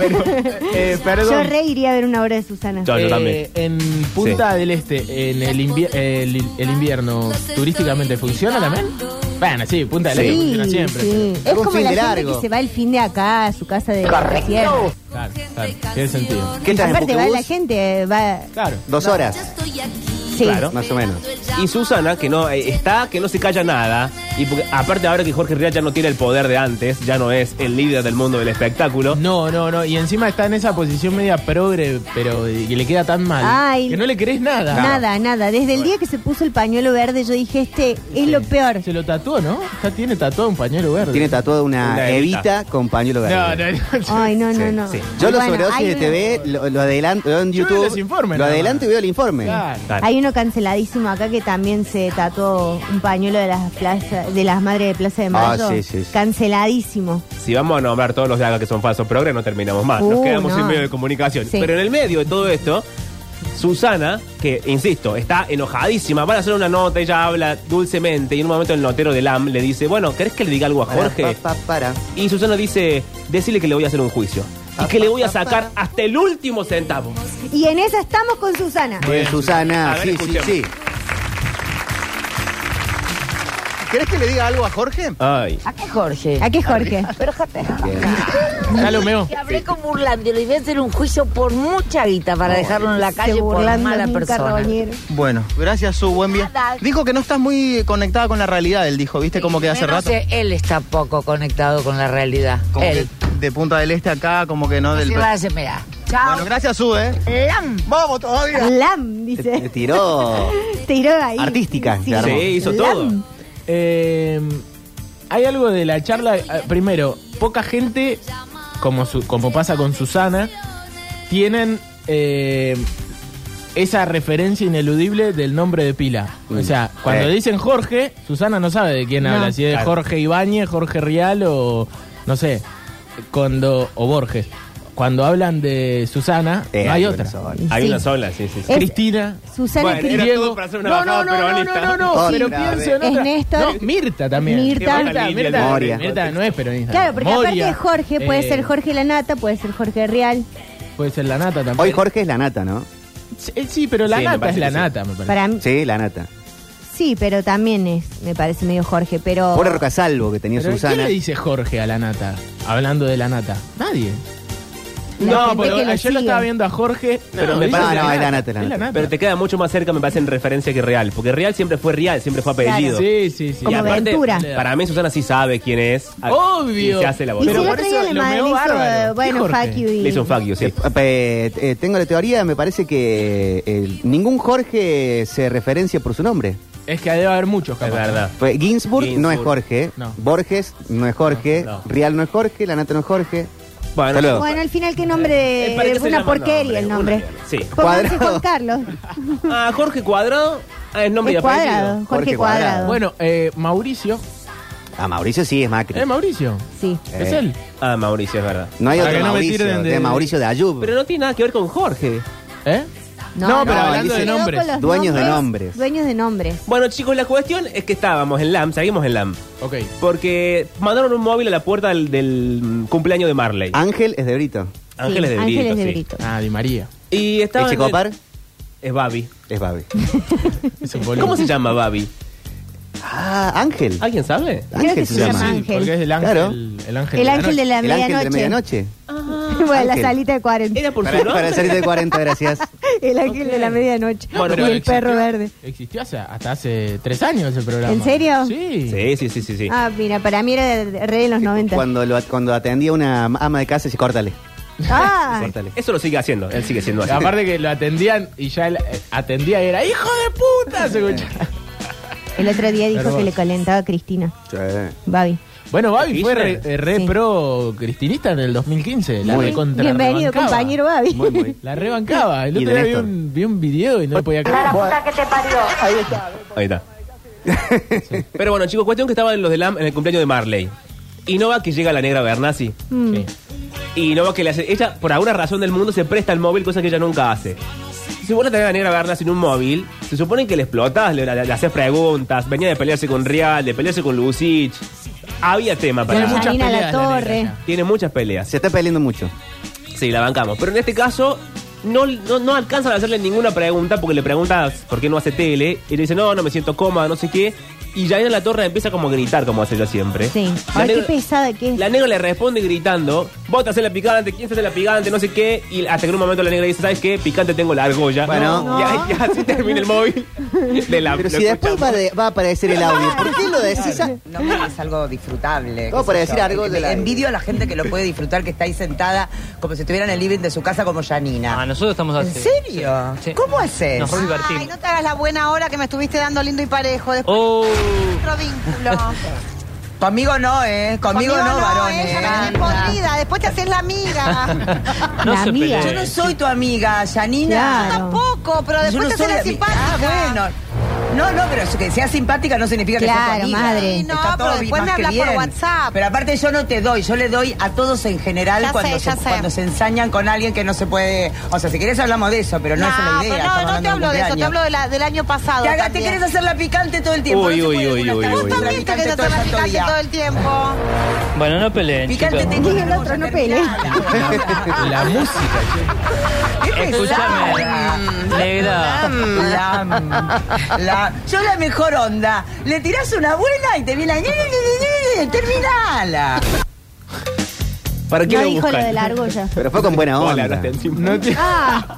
Speaker 9: eh, perdón.
Speaker 7: Yo re iría a ver una obra de Susana.
Speaker 8: Yo-
Speaker 9: Eh,
Speaker 8: también.
Speaker 9: en Punta del Este, en el, invi- el, el invierno, turísticamente funciona también. Bueno, sí, Punta del Este
Speaker 7: Sí,
Speaker 9: funciona siempre.
Speaker 7: sí. Es
Speaker 14: Un
Speaker 7: como
Speaker 14: fin
Speaker 7: la
Speaker 14: de
Speaker 7: gente
Speaker 14: largo.
Speaker 7: que se va el fin de acá a su casa de Correcto.
Speaker 9: Claro, claro, tiene sentido.
Speaker 14: ¿Qué estás en
Speaker 7: Aparte va
Speaker 14: Buquebús?
Speaker 7: la gente, va
Speaker 9: Claro.
Speaker 14: Dos horas.
Speaker 7: Sí. Claro.
Speaker 14: Más o menos.
Speaker 8: Y Susana, que no eh, está, que no se calla nada. Y porque- aparte ahora que Jorge Rial ya no tiene el poder de antes, ya no es el líder del mundo del espectáculo.
Speaker 9: No, no, no. Y encima está en esa posición media progre, pero y que le queda tan mal.
Speaker 7: Ay.
Speaker 9: que no le querés nada.
Speaker 7: Nada, nada. Desde el día que se puso el pañuelo verde, yo dije, este es lo peor.
Speaker 9: Se lo tatuó, ¿no? Ya tiene tatuado un pañuelo verde.
Speaker 14: Tiene tatuada una,
Speaker 9: Una
Speaker 14: evita.
Speaker 9: Evita.
Speaker 14: con pañuelo verde.
Speaker 9: No, no, no.
Speaker 7: Ay, no, no, no.
Speaker 14: Sí. Yo los
Speaker 7: Bueno, hay
Speaker 14: sobredosis de
Speaker 7: uno-
Speaker 14: TV lo, lo adelanto, lo veo en
Speaker 9: Yo veo
Speaker 14: YouTube.
Speaker 9: los informes
Speaker 14: lo
Speaker 9: nada más.
Speaker 14: adelanto y veo el informe.
Speaker 9: Claro.
Speaker 7: Hay uno canceladísimo acá que también se tatuó un pañuelo de las plaza- de las madres de
Speaker 14: Ah,
Speaker 7: Plaza de Mayo.
Speaker 8: sí, sí, sí.
Speaker 7: Canceladísimo.
Speaker 8: Si vamos a nombrar todos los de acá que son falsos progres, no terminamos más. Nos
Speaker 7: Uh,
Speaker 8: quedamos
Speaker 7: no.
Speaker 8: sin medio de comunicación.
Speaker 7: Sí.
Speaker 8: Pero en el medio de todo esto, Susana, que insisto, está enojadísima, van a hacer una nota, ella habla dulcemente y en un momento el notero del AM le dice, bueno, ¿querés que le diga algo a Jorge? Y Susana dice, decile que le voy a hacer un juicio. Y que le voy a sacar hasta el último centavo.
Speaker 7: Y en esa estamos con Susana.
Speaker 14: Bien, Susana,
Speaker 8: A ver,
Speaker 14: sí,
Speaker 8: escuchemos.
Speaker 14: sí, sí.
Speaker 10: ¿Querés que le diga algo a Jorge?
Speaker 8: Ay.
Speaker 15: ¿A qué Jorge?
Speaker 7: ¿A qué Jorge?
Speaker 15: Pero jate.
Speaker 9: Ya lo meo.
Speaker 15: Que hablé con Burlando y le voy a hacer un juicio por mucha guita para dejarlo en la
Speaker 7: Se
Speaker 15: calle por
Speaker 7: burlando
Speaker 15: mala
Speaker 7: de un
Speaker 15: persona.
Speaker 7: carroñero.
Speaker 10: Bueno, gracias, su buen viaje. Dijo que no estás muy conectada con la realidad, él dijo, ¿viste? como que hace
Speaker 15: Menos
Speaker 10: rato.
Speaker 15: e- él está poco conectado con la realidad.
Speaker 10: Como
Speaker 15: él.
Speaker 10: que de Punta del Este acá, como que no del.
Speaker 15: Se va a desesperar. Chao.
Speaker 10: Bueno, gracias, su, ¿eh?
Speaker 15: Lam.
Speaker 10: Vamos todavía.
Speaker 7: Lam, dice.
Speaker 14: Tiró
Speaker 7: Tiró ahí.
Speaker 14: artística.
Speaker 7: Sí.
Speaker 14: se armó.
Speaker 7: Lam.
Speaker 9: Eh, hay algo de la charla. eh, Primero, poca gente, como, su- como pasa con Susana, tienen eh, esa referencia ineludible del nombre de pila. O sea, cuando
Speaker 8: Eh.
Speaker 9: dicen Jorge, Susana no sabe de quién
Speaker 8: No.
Speaker 9: habla, si es de
Speaker 8: Claro.
Speaker 9: Jorge Ibáñez, Jorge Rial o no sé, cuando o Borges. Cuando hablan de Susana,
Speaker 8: Eh,
Speaker 9: no
Speaker 8: hay
Speaker 9: hay,
Speaker 8: una
Speaker 9: otra.
Speaker 8: Hay una sola, sí, sí. sí.
Speaker 7: Es-
Speaker 9: Cristina.
Speaker 7: Susana
Speaker 9: Bueno,
Speaker 7: Cristina.
Speaker 9: era todo
Speaker 8: para hacer una
Speaker 9: no,
Speaker 8: bajada
Speaker 9: no, no, no,
Speaker 8: peronista.
Speaker 9: no, no,
Speaker 8: Otra
Speaker 9: pero
Speaker 8: vez.
Speaker 9: pienso en
Speaker 7: Es
Speaker 9: otra.
Speaker 7: Néstor.
Speaker 9: No, Mirta también.
Speaker 7: Mirta.
Speaker 9: Mirta, Mirta,
Speaker 14: Moria.
Speaker 9: Mirta no es peronista.
Speaker 7: Claro, porque aparte
Speaker 9: Moria.
Speaker 7: de Jorge, puede
Speaker 9: Eh,
Speaker 7: ser Jorge Lanata, puede ser Jorge Real.
Speaker 9: Puede ser la nata también.
Speaker 14: Hoy Jorge es la nata, ¿no?
Speaker 9: Sí, Sí, pero la
Speaker 14: Sí, me
Speaker 9: nata es
Speaker 14: parece
Speaker 9: la
Speaker 14: que sí.
Speaker 9: nata, me parece.
Speaker 7: Para mí,
Speaker 14: Sí, la nata.
Speaker 7: sí, pero también es, me parece medio Jorge, pero.
Speaker 14: Pobre Rocasalvo que tenía
Speaker 9: Pero ¿Quién
Speaker 14: Susana.
Speaker 9: le dice Jorge a la nata? Hablando de la nata. Nadie.
Speaker 7: La
Speaker 9: no,
Speaker 7: gente
Speaker 9: pero
Speaker 7: que lo
Speaker 9: ayer lo
Speaker 7: sigue.
Speaker 9: estaba viendo a Jorge.
Speaker 8: Pero
Speaker 9: no,
Speaker 8: me
Speaker 9: dice
Speaker 8: parece-
Speaker 14: No, no, es la nata, es la
Speaker 9: Es la
Speaker 14: nata.
Speaker 9: nata.
Speaker 8: Pero te queda mucho más cerca, me parece, en referencia que Real. Porque Real siempre fue Real, siempre fue apellido.
Speaker 9: Sí, sí, sí.
Speaker 7: Como Ventura.
Speaker 8: para mí Susana sí sabe quién es.
Speaker 9: Obvio.
Speaker 8: Y se hace la
Speaker 7: y si
Speaker 8: voz.
Speaker 9: Pero
Speaker 7: el
Speaker 9: por
Speaker 7: otro día
Speaker 9: eso
Speaker 7: le
Speaker 9: lo
Speaker 7: madre
Speaker 9: veo
Speaker 7: le hizo,
Speaker 9: bárbaro. ¿Qué
Speaker 7: bueno,
Speaker 9: Jorge?
Speaker 7: fuck you. y-
Speaker 8: Le hizo un fuck you, sí.
Speaker 14: Eh, eh, tengo la teoría, me parece que eh, ningún Jorge se referencia por su nombre.
Speaker 9: Es que debe haber muchos, capaz.
Speaker 8: Es verdad.
Speaker 14: Fue Ginsburg, no es
Speaker 8: Ginsburg.
Speaker 14: Jorge,
Speaker 9: No.
Speaker 14: Borges no es Jorge,
Speaker 8: No, no.
Speaker 14: Rial no es Jorge, la nata no es Jorge.
Speaker 8: Bueno,
Speaker 14: Hasta luego.
Speaker 7: Bueno, al final, ¿qué nombre? de-
Speaker 8: Eh, ¿para qué se
Speaker 7: una
Speaker 8: llama
Speaker 7: porquería el nombre.
Speaker 8: Una mierda. Sí.
Speaker 7: Pónganse
Speaker 14: Cuadrado.
Speaker 7: Juan Carlos.
Speaker 8: Ah, Jorge Cuadrado ah, es nombre y
Speaker 7: Es cuadrado,
Speaker 8: apellido.
Speaker 7: Jorge,
Speaker 14: Jorge
Speaker 7: Cuadrado.
Speaker 14: Cuadrado.
Speaker 9: Bueno, eh, Mauricio.
Speaker 14: A Mauricio sí es Macri.
Speaker 9: ¿Es Mauricio?
Speaker 7: Sí.
Speaker 9: ¿Es
Speaker 14: Eh.
Speaker 9: él?
Speaker 8: Ah, Mauricio, es verdad.
Speaker 14: No hay
Speaker 9: Para
Speaker 14: otro
Speaker 9: que no me
Speaker 14: Mauricio,
Speaker 9: tiren
Speaker 14: de...
Speaker 9: de-
Speaker 14: Mauricio de Ayub.
Speaker 8: Pero no tiene nada que ver con Jorge.
Speaker 9: ¿Eh? No, pero
Speaker 14: no,
Speaker 9: hablando
Speaker 14: dice-
Speaker 9: de
Speaker 7: Quedó con
Speaker 9: nombres.
Speaker 7: los
Speaker 14: Dueños de nombres.
Speaker 7: Dueños de nombres.
Speaker 8: Bueno, chicos, la cuestión es que estábamos en LAM, seguimos en LAM.
Speaker 9: Ok.
Speaker 8: Porque mandaron un móvil a la puerta del, del, mm, cumpleaños de Marley.
Speaker 14: Ángel es de Brito.
Speaker 8: Ángeles
Speaker 7: Sí,
Speaker 8: de Brito.
Speaker 7: Ángeles de
Speaker 8: sí.
Speaker 7: Brito.
Speaker 9: Ah, Di María.
Speaker 8: Y estaba.
Speaker 14: El Checopar
Speaker 8: Es Babi.
Speaker 14: es Babi.
Speaker 9: Es un boludo.
Speaker 8: ¿Cómo se llama Babi?
Speaker 14: Ah, Ángel.
Speaker 8: ¿Alguien sabe?
Speaker 7: Creo que
Speaker 14: Ángel se
Speaker 7: se llama
Speaker 14: llama.
Speaker 9: Sí, porque es el ángel.
Speaker 14: Claro.
Speaker 9: El ángel.
Speaker 7: El
Speaker 9: de la
Speaker 7: ángel de
Speaker 9: noche.
Speaker 7: la
Speaker 14: El Ángel de la
Speaker 7: medianoche. Ah.
Speaker 14: medianoche. Ah.
Speaker 7: Bueno, la
Speaker 14: Ángel.
Speaker 7: salita de 40.
Speaker 8: Era por su
Speaker 14: Para,
Speaker 8: nombre.
Speaker 14: para salir de 40, gracias.
Speaker 7: El ángel de la medianoche.
Speaker 8: Bueno,
Speaker 7: y
Speaker 9: Pero
Speaker 7: el
Speaker 9: existió-
Speaker 7: perro verde.
Speaker 9: Existió hace- hasta hace tres años el programa.
Speaker 7: ¿En serio?
Speaker 9: Sí.
Speaker 8: Sí, sí, sí, sí. sí.
Speaker 7: Ah, mira, para mí era de- de- re de los 90.
Speaker 14: Cuando, lo, cuando atendía una ama de casa, sí, córtale.
Speaker 7: Ah,
Speaker 14: Córtale.
Speaker 8: Eso lo sigue haciendo, él sigue siendo así.
Speaker 9: Aparte que lo atendían y ya él eh, atendía y era ¡Hijo de puta! Se escuchaba.
Speaker 7: el otro día dijo
Speaker 9: Hermoso.
Speaker 7: que le calentaba a Cristina.
Speaker 14: Sí.
Speaker 7: Babi.
Speaker 9: Bueno, Babi fue re, eh, re
Speaker 7: Sí.
Speaker 9: pro cristinista en el 2015. La
Speaker 14: Muy.
Speaker 9: recontra
Speaker 7: Bienvenido,
Speaker 9: rebancaba.
Speaker 7: compañero Babi.
Speaker 14: Muy, muy.
Speaker 9: La rebancaba. El
Speaker 14: Y
Speaker 9: otro
Speaker 14: de
Speaker 9: día vi
Speaker 14: Néstor.
Speaker 9: un, vi un video y no lo podía creer.
Speaker 10: Ahí está.
Speaker 8: Ahí está. Pero bueno, chicos, cuestión que estaban los de LAM en el cumpleaños de Marley. Y no va que llega la negra Bernasi.
Speaker 7: Mm.
Speaker 8: Y no va que le hace. Ella, por alguna razón del mundo, se presta el móvil, cosa que ella nunca hace. Si vos la tenés a la negra Bernasi en un móvil, se supone que le explotás, le, le- le haces preguntas. Venía de pelearse con Real, de pelearse con Lucich. Había tema para.
Speaker 9: Tiene muchas
Speaker 7: Janina La
Speaker 9: peleas la negra
Speaker 7: Torre.
Speaker 9: ya.
Speaker 8: Tiene muchas peleas.
Speaker 14: Se está peleando mucho.
Speaker 8: Sí, la bancamos. Pero en este caso, no, no, no alcanzan a hacerle ninguna pregunta porque le preguntas por qué no hace tele. Y le dice, no, no me siento cómoda, no sé qué. y Jaina La Torre empieza como a gritar, como hace ella siempre.
Speaker 7: Sí.
Speaker 8: La
Speaker 7: Ay, qué
Speaker 8: negra,
Speaker 7: pesada que es.
Speaker 8: la negra le responde gritando, vos te haces la picante, quién se hace la picante, no sé qué. Y hasta que en un momento la negra dice, ¿sabes qué? Picante tengo la argolla.
Speaker 14: Bueno.
Speaker 8: y, ahí- y así termina el móvil de la
Speaker 14: Pero
Speaker 8: lo
Speaker 14: si después va, de- va a aparecer el audio, ¿por qué lo decís? a-
Speaker 16: No, no, es algo disfrutable.
Speaker 14: No,
Speaker 16: qué
Speaker 14: para
Speaker 16: sé
Speaker 14: decir
Speaker 16: yo.
Speaker 14: algo
Speaker 16: Que
Speaker 14: de
Speaker 16: me
Speaker 14: la-
Speaker 16: Envidio a la gente que lo puede disfrutar, que está ahí sentada como si estuviera en el living de su casa como Janina.
Speaker 17: Ah, nosotros estamos
Speaker 16: ¿En
Speaker 17: así.
Speaker 16: serio?
Speaker 17: Sí.
Speaker 16: ¿Cómo haces?
Speaker 17: Nos divertimos.
Speaker 18: Ay, no te hagas la buena hora que me estuviste dando lindo y parejo. Después
Speaker 17: Oh.
Speaker 18: otro vínculo.
Speaker 16: Conmigo no, ¿eh? Conmigo, no, varones.
Speaker 18: eh, ya me tenés podrida. Después te haces la amiga.
Speaker 17: No La se amiga.
Speaker 16: Yo
Speaker 17: peleen.
Speaker 16: no soy tu amiga, Janina.
Speaker 18: Claro. Yo tampoco, pero después te haces la
Speaker 16: ami-
Speaker 18: simpática.
Speaker 16: Ah, bueno. No, no, pero eso que seas simpática no significa que
Speaker 18: Claro,
Speaker 16: seas tu amiga.
Speaker 18: madre.
Speaker 16: Está
Speaker 18: No,
Speaker 16: todo
Speaker 18: pero
Speaker 16: bien,
Speaker 18: después
Speaker 16: más
Speaker 18: me
Speaker 16: que
Speaker 18: hablas por
Speaker 16: bien.
Speaker 18: WhatsApp.
Speaker 16: Pero aparte yo no te doy, yo le doy a todos en general
Speaker 18: Ya
Speaker 16: cuando,
Speaker 18: sé, ya
Speaker 16: se,
Speaker 18: sé.
Speaker 16: cuando se ensañan con alguien que no se puede... O sea, si querés hablamos de eso, pero no, es la
Speaker 18: No,
Speaker 16: idea.
Speaker 18: pero
Speaker 16: estamos
Speaker 18: no, no te
Speaker 16: hablando
Speaker 18: hablo de eso, te
Speaker 16: cumpleaños.
Speaker 18: hablo de la- del año pasado.
Speaker 16: Te haga- te
Speaker 18: también.
Speaker 16: querés hacer la picante todo el
Speaker 17: Uy,
Speaker 16: tiempo. no se
Speaker 17: uy,
Speaker 16: puede
Speaker 17: uy,
Speaker 16: una
Speaker 17: uy,
Speaker 16: estar
Speaker 17: uy,
Speaker 16: con
Speaker 17: uy.
Speaker 16: la
Speaker 18: Viste que
Speaker 16: picante
Speaker 18: te
Speaker 16: todo
Speaker 18: haces la
Speaker 16: el santo
Speaker 18: picante
Speaker 16: día.
Speaker 18: todo el tiempo.
Speaker 17: Bueno, no peleen.
Speaker 16: Picante
Speaker 17: chicos.
Speaker 16: te
Speaker 7: Y el otro no pelea.
Speaker 17: La música, che. Escúchame, negra.
Speaker 16: La, la- yo la mejor onda. Le tirás una buena y te viene la... eh, Terminala.
Speaker 8: ¿Para
Speaker 7: No dijo lo de la argolla.
Speaker 14: Pero fue con buena
Speaker 8: Vos le
Speaker 14: onda.
Speaker 8: hablaste encima.
Speaker 9: No tiene,
Speaker 7: Ah,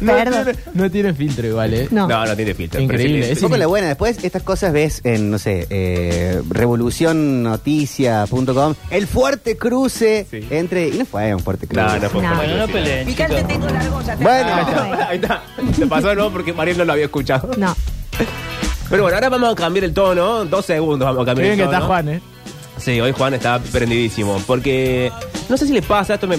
Speaker 9: no
Speaker 7: Perdón.
Speaker 9: tiene- no tiene filtro igual, ¿eh?
Speaker 7: No.
Speaker 8: No, no tiene filtro. pero
Speaker 9: Increíble,
Speaker 8: sí le-
Speaker 14: Un poco la buena, después estas cosas ves en, no sé, eh, revolucionnoticia.com, el fuerte cruce entre... Y no fue un fuerte cruce.
Speaker 8: No, no fue un fuerte Bueno, no cruce. peleen,
Speaker 16: Picante tengo la argolla.
Speaker 14: Bueno.
Speaker 8: Ahí está, ahí está. Se pasó, ¿no? Porque Mariel no lo había escuchado.
Speaker 7: No.
Speaker 8: Pero bueno, ahora vamos a cambiar el tono. Dos segundos vamos a
Speaker 9: Qué
Speaker 8: cambiar
Speaker 9: bien
Speaker 8: el
Speaker 9: que
Speaker 8: tono.
Speaker 9: está Juan, ¿eh?
Speaker 8: Sí, hoy Juan está prendidísimo. Porque no sé si le pasa, esto me.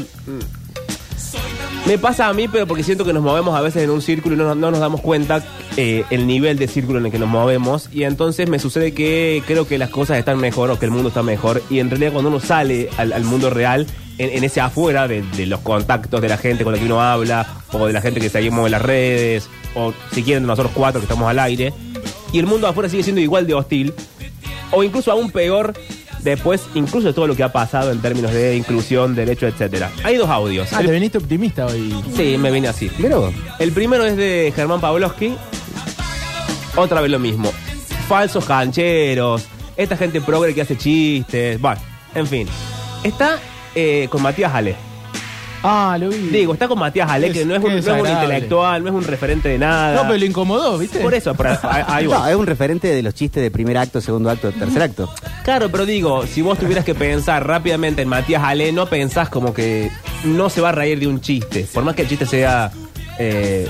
Speaker 8: Me pasa a mí, pero porque siento que nos movemos a veces en un círculo y no, no nos damos cuenta eh, el nivel de círculo en el que nos movemos. Y entonces me sucede que creo que las cosas están mejor o que el mundo está mejor. Y en realidad, cuando uno sale al, al mundo real, en, en ese afuera de, de los contactos de la gente con la que uno habla, o de la gente que seguimos en las redes, o si quieren, de nosotros cuatro que estamos al aire, y el mundo afuera sigue siendo igual de hostil, o incluso aún peor después, incluso de todo lo que ha pasado en términos de inclusión, derecho, etcétera. Hay dos audios.
Speaker 9: Ah,
Speaker 8: El-
Speaker 9: te viniste optimista hoy.
Speaker 8: Sí, me viene así. El primero es de Germán Pavlovsky. Otra vez lo mismo. Falsos cancheros. Esta gente progre que hace chistes. Bueno, en fin. Está eh, con Matías Ale.
Speaker 9: Ah, lo vi.
Speaker 8: Digo, está con Matías Ale, que
Speaker 9: Es-
Speaker 8: no es, un,
Speaker 9: qué
Speaker 8: no es un
Speaker 9: desagradable.
Speaker 8: intelectual, no es un referente de nada.
Speaker 9: No, pero lo incomodó, ¿viste?
Speaker 8: Por eso, pero ahí- ahí voy.
Speaker 14: No, es un referente de los chistes de primer acto, segundo acto, tercer acto.
Speaker 8: Claro, pero digo, si vos tuvieras que pensar rápidamente en Matías Ale, no pensás como que no se va a reír de un chiste, por más que el chiste sea eh,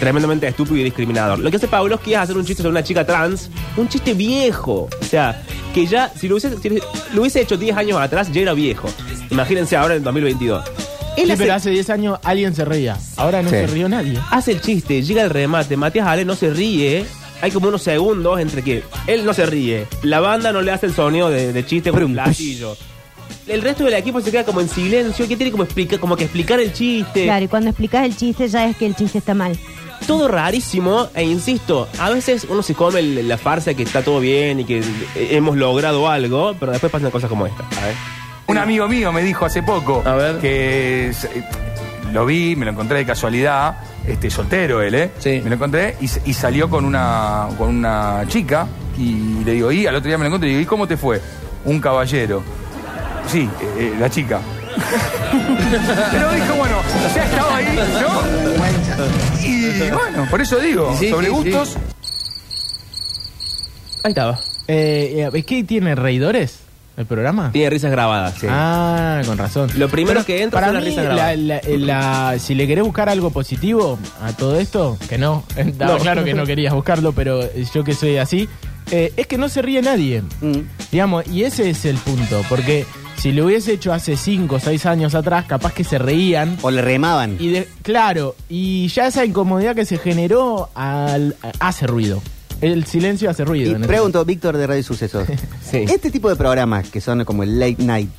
Speaker 8: tremendamente estúpido y discriminador. Lo que hace Pavlovsky es hacer un chiste sobre una chica trans, un chiste viejo, o sea, que ya, si lo hubiese, si lo hubiese hecho 10 años atrás, ya era viejo. Imagínense ahora en el 2022.
Speaker 9: Sí,
Speaker 8: hace-
Speaker 9: pero hace 10 años alguien se reía. Ahora no
Speaker 8: Sí.
Speaker 9: se rió nadie.
Speaker 8: Hace el chiste, llega el remate, Matías Ale no se ríe. Hay como unos segundos entre que él no se ríe, la banda no le hace el sonido de, de chiste con un platillo. El resto del equipo se queda como en silencio, que tiene como, explica, como que explicar el chiste.
Speaker 7: Claro, y cuando explicas el chiste ya es que el chiste está mal.
Speaker 8: Todo rarísimo, e insisto, a veces uno se come el- la farsa que está todo bien y que eh, hemos logrado algo, pero después pasan cosas como esta. A ver.
Speaker 19: Un amigo mío me dijo hace poco que es- eh, lo vi, me lo encontré de casualidad, este soltero él, ¿eh? Me lo encontré y, s- y salió con una, con una chica y le digo, y al otro día me lo encontré y digo, ¿y cómo te fue? Un caballero. Sí, eh, eh, la chica. Pero dijo, bueno, ya estaba ahí, ¿no? Y bueno, por eso digo,
Speaker 9: Sí,
Speaker 19: sobre
Speaker 9: sí, sí.
Speaker 19: gustos.
Speaker 8: Ahí estaba.
Speaker 9: Eh, eh, ¿Qué tiene reidores el programa?
Speaker 8: Tiene risas grabadas. sí.
Speaker 9: Ah, con razón.
Speaker 8: Lo primero que entra
Speaker 9: para
Speaker 8: son las
Speaker 9: mí,
Speaker 8: risas grabadas.
Speaker 9: la- la- la- si le querés buscar algo positivo a todo esto, que no, estaba
Speaker 8: No.
Speaker 9: claro que no querías buscarlo, pero yo que soy así, eh, es que no se ríe nadie.
Speaker 8: Mm.
Speaker 9: Digamos, y ese es el punto, porque si lo hubiese hecho hace 5 o 6 años atrás, capaz que se reían.
Speaker 14: O le remaban.
Speaker 9: Y de- claro, y ya esa incomodidad que se generó al- hace ruido. El silencio hace ruido.
Speaker 14: Y
Speaker 9: en ese
Speaker 14: pregunto, Víctor de Radio Sucesos. Este tipo de programas que son como el late night,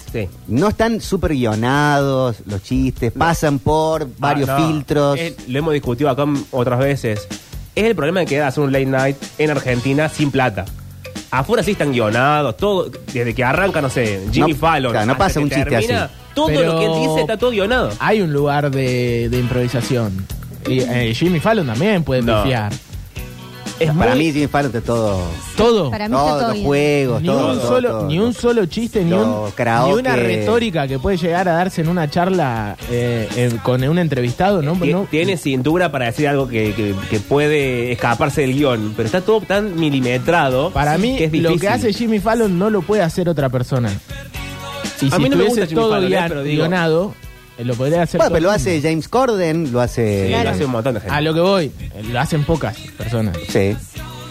Speaker 14: no están súper guionados, los chistes, pasan por varios
Speaker 8: Ah, no.
Speaker 14: filtros.
Speaker 8: Es- lo hemos discutido acá m- otras veces. Es el problema de que hacer un late night en Argentina sin plata. Afuera sí están guionados, todo, desde que arranca, no sé, Jimmy
Speaker 9: No,
Speaker 8: Fallon.
Speaker 9: claro, no
Speaker 8: hasta
Speaker 9: pasa
Speaker 8: que
Speaker 9: un chiste
Speaker 8: termina,
Speaker 9: así.
Speaker 8: Todo lo que él
Speaker 9: Pero- Ah,
Speaker 8: dice está todo guionado.
Speaker 9: Hay un lugar de, de improvisación. Y, eh, Jimmy Fallon también puede
Speaker 8: No.
Speaker 9: pifiar.
Speaker 14: Para
Speaker 9: muy-
Speaker 14: mí Jimmy Fallon está todo.
Speaker 9: Todo.
Speaker 14: Para mí está Todos todo los bien. juegos,
Speaker 9: ni
Speaker 14: todo,
Speaker 9: un
Speaker 14: todo,
Speaker 9: solo,
Speaker 14: todo.
Speaker 9: ni un solo chiste, ni,
Speaker 14: Los
Speaker 9: un-
Speaker 14: karaoke.
Speaker 9: ni una retórica que puede llegar a darse en una charla eh, eh, con un entrevistado, ¿no?
Speaker 8: Tie-
Speaker 9: No-
Speaker 8: Tiene cintura para decir algo que, que- que puede escaparse del guión, pero está todo tan milimetrado.
Speaker 9: Para mí,
Speaker 8: que es
Speaker 9: lo que
Speaker 8: difícil.
Speaker 9: hace Jimmy Fallon no lo puede hacer otra persona. Y
Speaker 8: A
Speaker 9: si
Speaker 8: mí no me
Speaker 9: estuviese
Speaker 8: gusta Jimmy
Speaker 9: todo
Speaker 8: Fallon, eh,
Speaker 9: guion-
Speaker 8: pero digo-
Speaker 9: guionado, eh, lo podría hacer.
Speaker 14: Bueno,
Speaker 9: todo
Speaker 14: pero lo
Speaker 9: el
Speaker 14: hace James Corden, lo hace.
Speaker 8: Eh,
Speaker 9: Sí, lo Claro. hace un montón de gente. A lo que voy, eh, lo hacen pocas personas.
Speaker 14: Sí.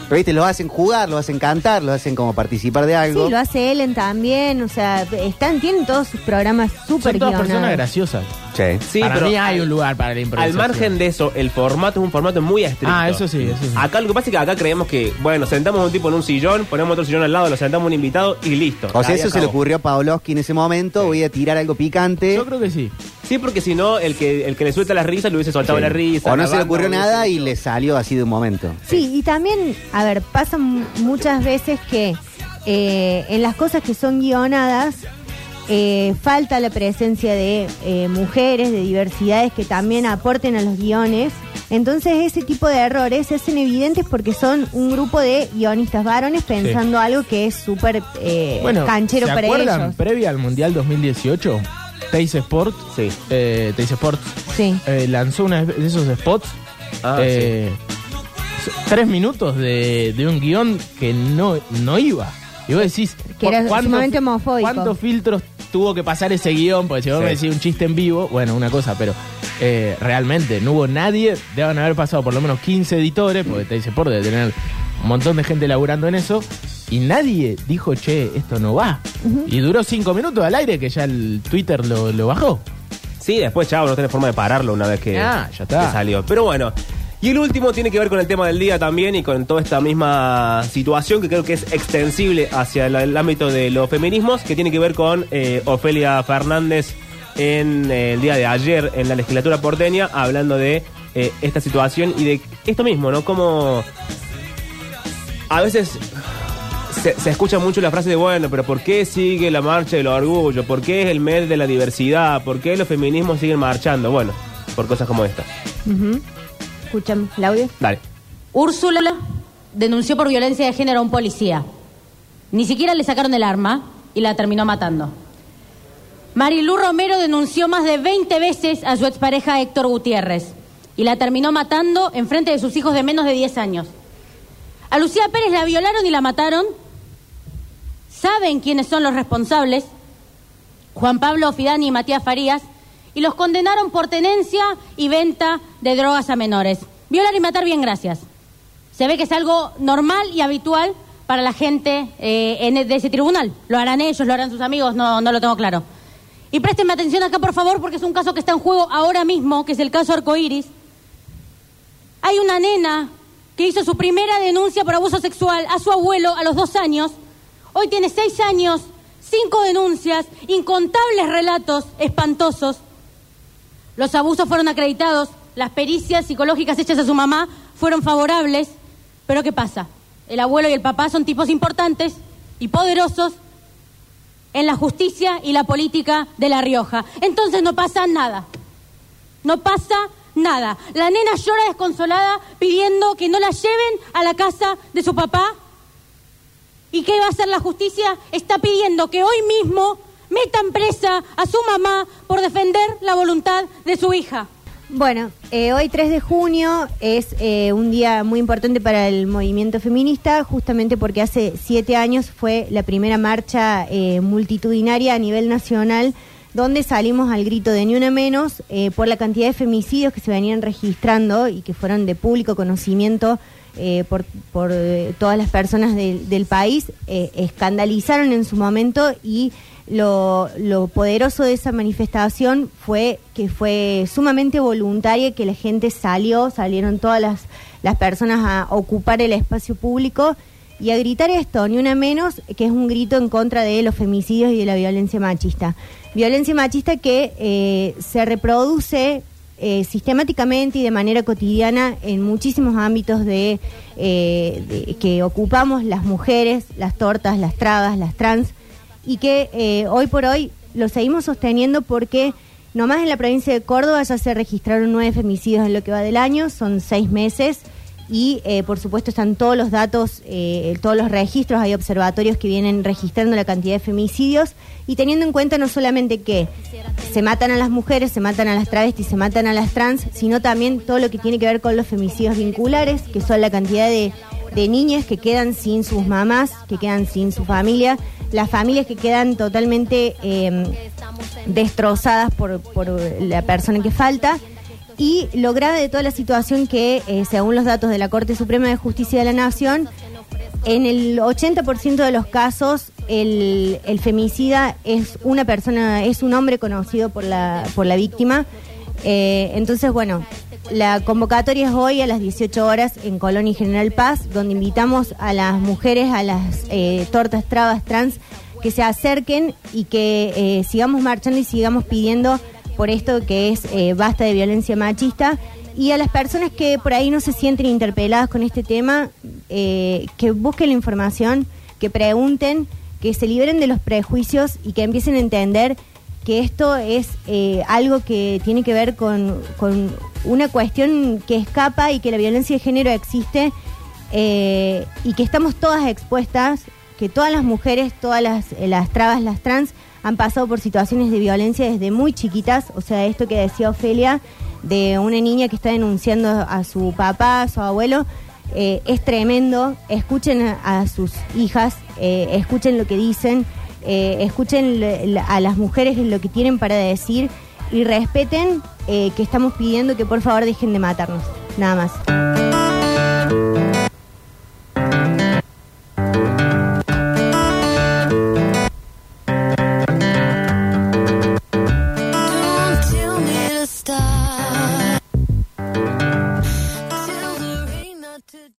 Speaker 14: Pero viste, lo hacen jugar, lo hacen cantar, lo hacen como participar de algo.
Speaker 7: Sí, lo hace Ellen también, o sea, están, tienen todos sus programas súper
Speaker 9: Son todas personas
Speaker 7: guionados.
Speaker 9: graciosas.
Speaker 14: Sí.
Speaker 8: Sí,
Speaker 9: para
Speaker 8: pero
Speaker 9: mí hay un lugar para la
Speaker 8: Al
Speaker 9: improvisación.
Speaker 8: margen de eso, el formato es un formato muy estricto.
Speaker 9: Ah, eso sí, eso sí.
Speaker 8: Acá lo que pasa es que acá creemos que, bueno, sentamos a un tipo en un sillón, ponemos otro sillón al lado, lo sentamos a un invitado y listo.
Speaker 14: O sea,
Speaker 8: Ahí
Speaker 14: eso se le
Speaker 8: acabó.
Speaker 14: ocurrió a Pavlovsky en ese momento. Voy a tirar algo picante. Yo
Speaker 9: creo que sí.
Speaker 8: Sí, porque si no, el que, el que le suelta la risa le hubiese soltado la risa.
Speaker 14: O no
Speaker 8: la
Speaker 14: se le
Speaker 8: banda
Speaker 14: ocurrió
Speaker 8: hubiese-
Speaker 14: nada y le salió así de un momento.
Speaker 7: Sí, y también, a ver, pasa m- muchas veces que eh, en las cosas que son guionadas eh, falta la presencia de eh, mujeres, de diversidades que también aporten a los guiones. Entonces ese tipo de errores se hacen evidentes porque son un grupo de guionistas varones pensando algo que es súper eh,
Speaker 9: Bueno,
Speaker 7: canchero
Speaker 9: ¿se
Speaker 7: para
Speaker 9: acuerdan?
Speaker 7: ellos.
Speaker 9: Previa al Mundial 2018, Teis Sport, eh, Teis Sports,
Speaker 7: Sí.
Speaker 9: eh, lanzó uno de esos spots. eh, s- Tres minutos de, de un guión que no, no iba. Y vos decís,
Speaker 7: Que era
Speaker 9: ¿cu- cuánto-
Speaker 7: sumamente homofóbico.
Speaker 9: ¿Cuántos filtros tuvo que pasar ese guión? Porque si vos
Speaker 8: Sí.
Speaker 9: me decís un chiste en vivo, bueno, una cosa, pero eh, realmente no hubo nadie. Deben haber pasado por lo menos 15 editores, porque te dice por de tener un montón de gente laburando en eso. Y nadie dijo, che, esto no va. Y duró 5 minutos al aire, que ya el Twitter lo, lo bajó.
Speaker 8: Sí, después, chavo, no tenés forma de pararlo una vez que,
Speaker 9: Ah, ya está.
Speaker 8: que salió. Pero bueno. Y el último tiene que ver con el tema del día también y con toda esta misma situación que creo que es extensible hacia la- el ámbito de los feminismos, que tiene que ver con eh, Ofelia Fernández en eh, el día de ayer en la legislatura porteña, hablando de eh, esta situación y de esto mismo, ¿no? Como a veces se, se escucha mucho la frase de, bueno, pero ¿por qué sigue la marcha del orgullo? ¿Por qué es el mes de la diversidad? ¿Por qué los feminismos siguen marchando? Bueno, por cosas como esta.
Speaker 7: Ujú. Escuchame, Claudia.
Speaker 8: Dale.
Speaker 20: Úrsula denunció por violencia de género a un policía. Ni siquiera le sacaron el arma y la terminó matando. Marilú Romero denunció más de 20 veces a su expareja Héctor Gutiérrez y la terminó matando en frente de sus hijos de menos de 10 años. A Lucía Pérez la violaron y la mataron. Saben quiénes son los responsables, Juan Pablo Fidani y Matías Farías, y los condenaron por tenencia y venta de drogas a menores. Violar y matar bien, gracias. Se ve que es algo normal y habitual para la gente eh, en e- de ese tribunal. Lo harán ellos, lo harán sus amigos, no, no lo tengo claro. Y préstenme atención acá, por favor, porque es un caso que está en juego ahora mismo, que es el caso Arcoiris. Hay una
Speaker 11: Ah.
Speaker 20: nena que hizo su primera denuncia por abuso sexual a su abuelo a los dos años. Hoy tiene seis años, cinco denuncias, incontables relatos espantosos. Los abusos fueron acreditados, las pericias psicológicas hechas a su mamá fueron favorables, pero ¿qué pasa? El abuelo y el papá son tipos importantes y poderosos en la justicia y la política de La Rioja. Entonces no pasa nada. No pasa nada. La nena llora desconsolada pidiendo que no la lleven a la casa de su papá. ¿Y qué va a hacer la justicia? Está pidiendo que hoy mismo metan presa a su mamá por defender la voluntad de su hija.
Speaker 7: Bueno, eh, hoy 3 de junio es eh, un día muy importante para el movimiento feminista, justamente porque hace siete años fue la primera marcha eh, multitudinaria a nivel nacional, donde salimos al grito de ni una menos eh, por la cantidad de femicidios que se venían registrando y que fueron de público conocimiento eh, por, por, eh, todas las personas del- del país, eh, escandalizaron en su momento y lo, lo poderoso de esa manifestación fue que fue sumamente voluntaria, que la gente salió, salieron todas las, las personas a ocupar el espacio público y a gritar esto, ni una menos, que es un grito en contra de los femicidios y de la violencia machista. Violencia machista que eh, se reproduce eh, sistemáticamente y de manera cotidiana en muchísimos ámbitos de, eh, de- que ocupamos las mujeres, las tortas, las trabas, las trans, y que eh, hoy por hoy lo seguimos sosteniendo porque nomás en la provincia de Córdoba ya se registraron nueve femicidios en lo que va del año, son seis meses y eh, por supuesto están todos los datos, eh, todos los registros, hay observatorios que vienen registrando la cantidad de femicidios y teniendo en cuenta no solamente que se matan a las mujeres, se matan a las travestis, se matan a las trans, sino también todo lo que tiene que ver con los femicidios vinculares, que son la cantidad de, de niñas que quedan sin sus mamás, que quedan sin su familia, las familias que quedan totalmente eh, destrozadas por, por la persona que falta. Y lo grave de toda la situación que, eh, según los datos de la Corte Suprema de Justicia de la Nación, en el 80% de los casos el, el femicida es una persona, es un hombre conocido por la, por la víctima. Eh, entonces, bueno, la convocatoria es hoy a las 18 horas en Colón y General Paz, donde invitamos a las mujeres, a las eh, tortas trabas trans, que se acerquen y que eh, sigamos marchando y sigamos pidiendo por esto que es eh, basta de violencia machista. Y a las personas que por ahí no se sienten interpeladas con este tema, eh, que busquen la información, que pregunten, que se liberen de los prejuicios y que empiecen a entender que esto es eh, algo que tiene que ver con, con una cuestión que escapa y que la violencia de género existe eh, y que estamos todas expuestas, que todas las mujeres, todas las, eh, las trabas, las trans, han pasado por situaciones de violencia desde muy chiquitas, o sea, esto que decía Ofelia, de una niña que está denunciando a su papá, a su abuelo, eh, es tremendo. Escuchen a, a sus hijas, eh, escuchen lo que dicen, eh, escuchen le- la- a las mujeres lo que tienen para decir y respeten eh, que estamos pidiendo que por favor dejen de matarnos. Nada más.